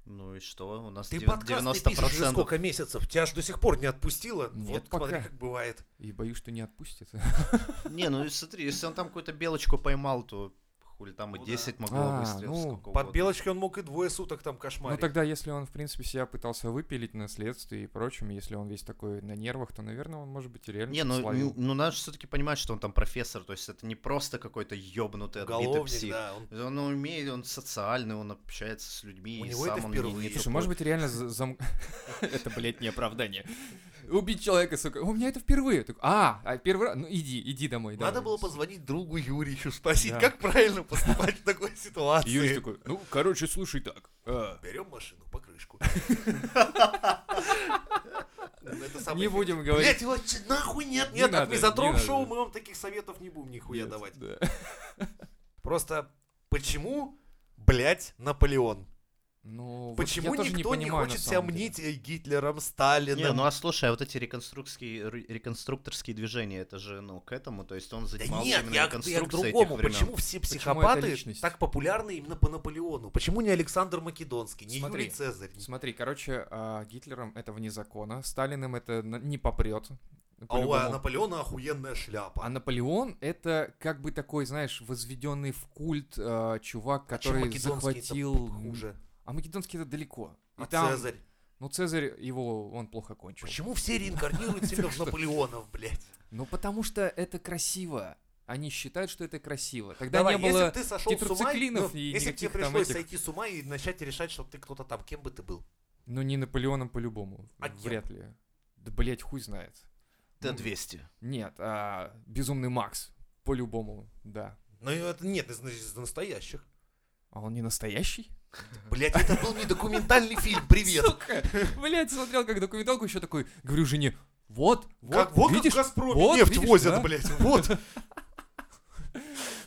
Speaker 3: Ну и что? У нас
Speaker 1: Ты
Speaker 3: дев-
Speaker 1: подкаст
Speaker 3: 90%
Speaker 1: ты пишешь уже сколько месяцев, тебя же до сих пор не отпустило.
Speaker 2: Нет
Speaker 1: вот смотри,
Speaker 2: пока.
Speaker 1: как бывает.
Speaker 2: И боюсь, что не отпустит.
Speaker 3: Не, ну и смотри, если он там какую-то белочку поймал, то хули там и
Speaker 1: Ну да.
Speaker 3: 10
Speaker 2: А,
Speaker 3: могло выстрелить.
Speaker 2: ну,
Speaker 3: сколько
Speaker 1: Под
Speaker 3: угодно.
Speaker 1: белочкой он мог и двое суток там кошмарить.
Speaker 2: Ну, тогда, если он, в принципе, себя пытался выпилить на следствие и прочем, если он весь такой на нервах, то, наверное, он, может быть, и реально
Speaker 3: Не,
Speaker 2: что-то
Speaker 3: ну,
Speaker 2: словил.
Speaker 3: н- ну надо все-таки понимать, что он там профессор, то есть это не просто какой-то ёбнутый отбитый
Speaker 1: Уголовник,
Speaker 3: псих.
Speaker 1: да, он
Speaker 3: Он умеет, он социальный, он общается с людьми,
Speaker 1: У
Speaker 3: и
Speaker 1: него
Speaker 3: сам
Speaker 1: это
Speaker 3: он не,
Speaker 1: впервые.
Speaker 3: не
Speaker 1: Слушай,
Speaker 2: Слушай, может
Speaker 3: тупой.
Speaker 2: быть, реально за- зам... Это, блядь, не оправдание. Убить человека, сука. У меня это впервые. Так, А, а первый раз. Ну, иди, иди домой.
Speaker 1: Надо
Speaker 2: давай.
Speaker 1: было позвонить другу Юричу, спросить,
Speaker 2: Да.
Speaker 1: как правильно поступать в такой ситуации.
Speaker 2: И Юрий такой, ну, короче, слушай так. а,
Speaker 1: Берем машину, покрышку. Это самое
Speaker 2: Не будем говорить.
Speaker 1: Блять, его ч- нахуй нет,
Speaker 2: Не
Speaker 1: нет, от
Speaker 2: надо,
Speaker 1: мизотроп
Speaker 2: не
Speaker 1: шоу
Speaker 2: надо.
Speaker 1: мы вам таких советов не будем нихуя
Speaker 2: Нет,
Speaker 1: давать.
Speaker 2: да.
Speaker 1: Просто почему, блять, Наполеон?
Speaker 2: Ну, вот
Speaker 1: Почему
Speaker 2: я тоже
Speaker 1: никто
Speaker 2: не,
Speaker 1: не,
Speaker 2: понимаю, на
Speaker 1: хочет себя
Speaker 2: самом деле.
Speaker 1: мнить э, Гитлером, Сталином?
Speaker 3: Не, ну а слушай, а вот эти реконструкторские, ре- реконструкторские движения, это же, ну, к этому, то есть он
Speaker 1: Да
Speaker 3: занимался
Speaker 1: нет,
Speaker 3: а именно
Speaker 1: я, я к
Speaker 3: реконструкцией
Speaker 1: другому.
Speaker 3: этих времен.
Speaker 1: Почему все
Speaker 2: это
Speaker 1: психопаты
Speaker 2: личность?
Speaker 1: так популярны именно по Наполеону? Почему не Александр Македонский, не
Speaker 2: Смотри,
Speaker 1: Юлий Цезарь?
Speaker 2: Смотри, короче, а, Гитлером это вне закона, Сталиным это на- не попрет.
Speaker 1: А у
Speaker 2: по-любому.
Speaker 1: э, Наполеона охуенная шляпа.
Speaker 2: А Наполеон это как бы такой, знаешь, возведенный в культ э, чувак,
Speaker 1: А чем
Speaker 2: который
Speaker 1: Македонский-то
Speaker 2: захватил.
Speaker 1: хуже.
Speaker 2: А Македонский это далеко. И
Speaker 1: А
Speaker 2: там-
Speaker 1: Цезарь.
Speaker 2: Ну, Цезарь его он плохо кончил.
Speaker 1: Почему все реинкарнируют себя в Наполеонов, блядь?
Speaker 2: Ну, потому что это красиво. Они считают, что это красиво. Тогда
Speaker 1: Давай,
Speaker 2: не было.
Speaker 1: если б ты сошел с ума,
Speaker 2: тетрациклинов
Speaker 1: ну,
Speaker 2: и
Speaker 1: если б тебе
Speaker 2: никаких там
Speaker 1: пришлось
Speaker 2: этих.
Speaker 1: сойти с ума и начать решать, что ты кто-то там, кем бы ты был?
Speaker 2: Ну, не Наполеоном по-любому.
Speaker 1: А кем?
Speaker 2: Вряд ли. Да, блять, хуй знает. Ну,
Speaker 3: Т-200.
Speaker 2: Нет, а, Безумный Макс. По-любому, да.
Speaker 1: Ну, это нет, из, из настоящих.
Speaker 2: А он не настоящий?
Speaker 1: Блядь, это был не документальный фильм, привет.
Speaker 2: Сука! Блять, смотрел как документалку, еще такой, говорю жене, вот, вот,
Speaker 1: Как, вот
Speaker 2: видишь?
Speaker 1: как в Газпроме
Speaker 2: вот,
Speaker 1: нефть
Speaker 2: видишь,
Speaker 1: возят,
Speaker 2: да?
Speaker 1: блядь, вот.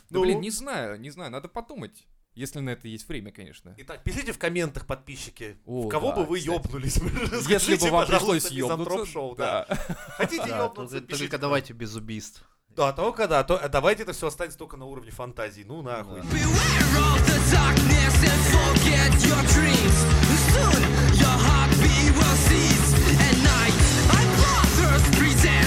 Speaker 2: Да, блин,
Speaker 1: Ну.
Speaker 2: не знаю, не знаю, надо подумать. Если на это есть время, конечно.
Speaker 1: Итак, пишите в комментах, подписчики,
Speaker 2: О,
Speaker 1: в кого
Speaker 2: да,
Speaker 1: бы вы
Speaker 2: кстати.
Speaker 1: ёбнулись.
Speaker 2: Если бы вам пришлось
Speaker 1: ёбнуться.
Speaker 2: ёбнуться,
Speaker 1: шоу, да. Хотите
Speaker 3: Да,
Speaker 1: ёбнуться,
Speaker 3: только,
Speaker 1: пишите.
Speaker 3: только давайте без убийств.
Speaker 1: Да, только да, то, а давайте это все останется только на уровне фантазии, ну нахуй.
Speaker 4: Beware of the darkness and forget your dreams. Soon your heartbeat will cease. At night, I blunder, pretend.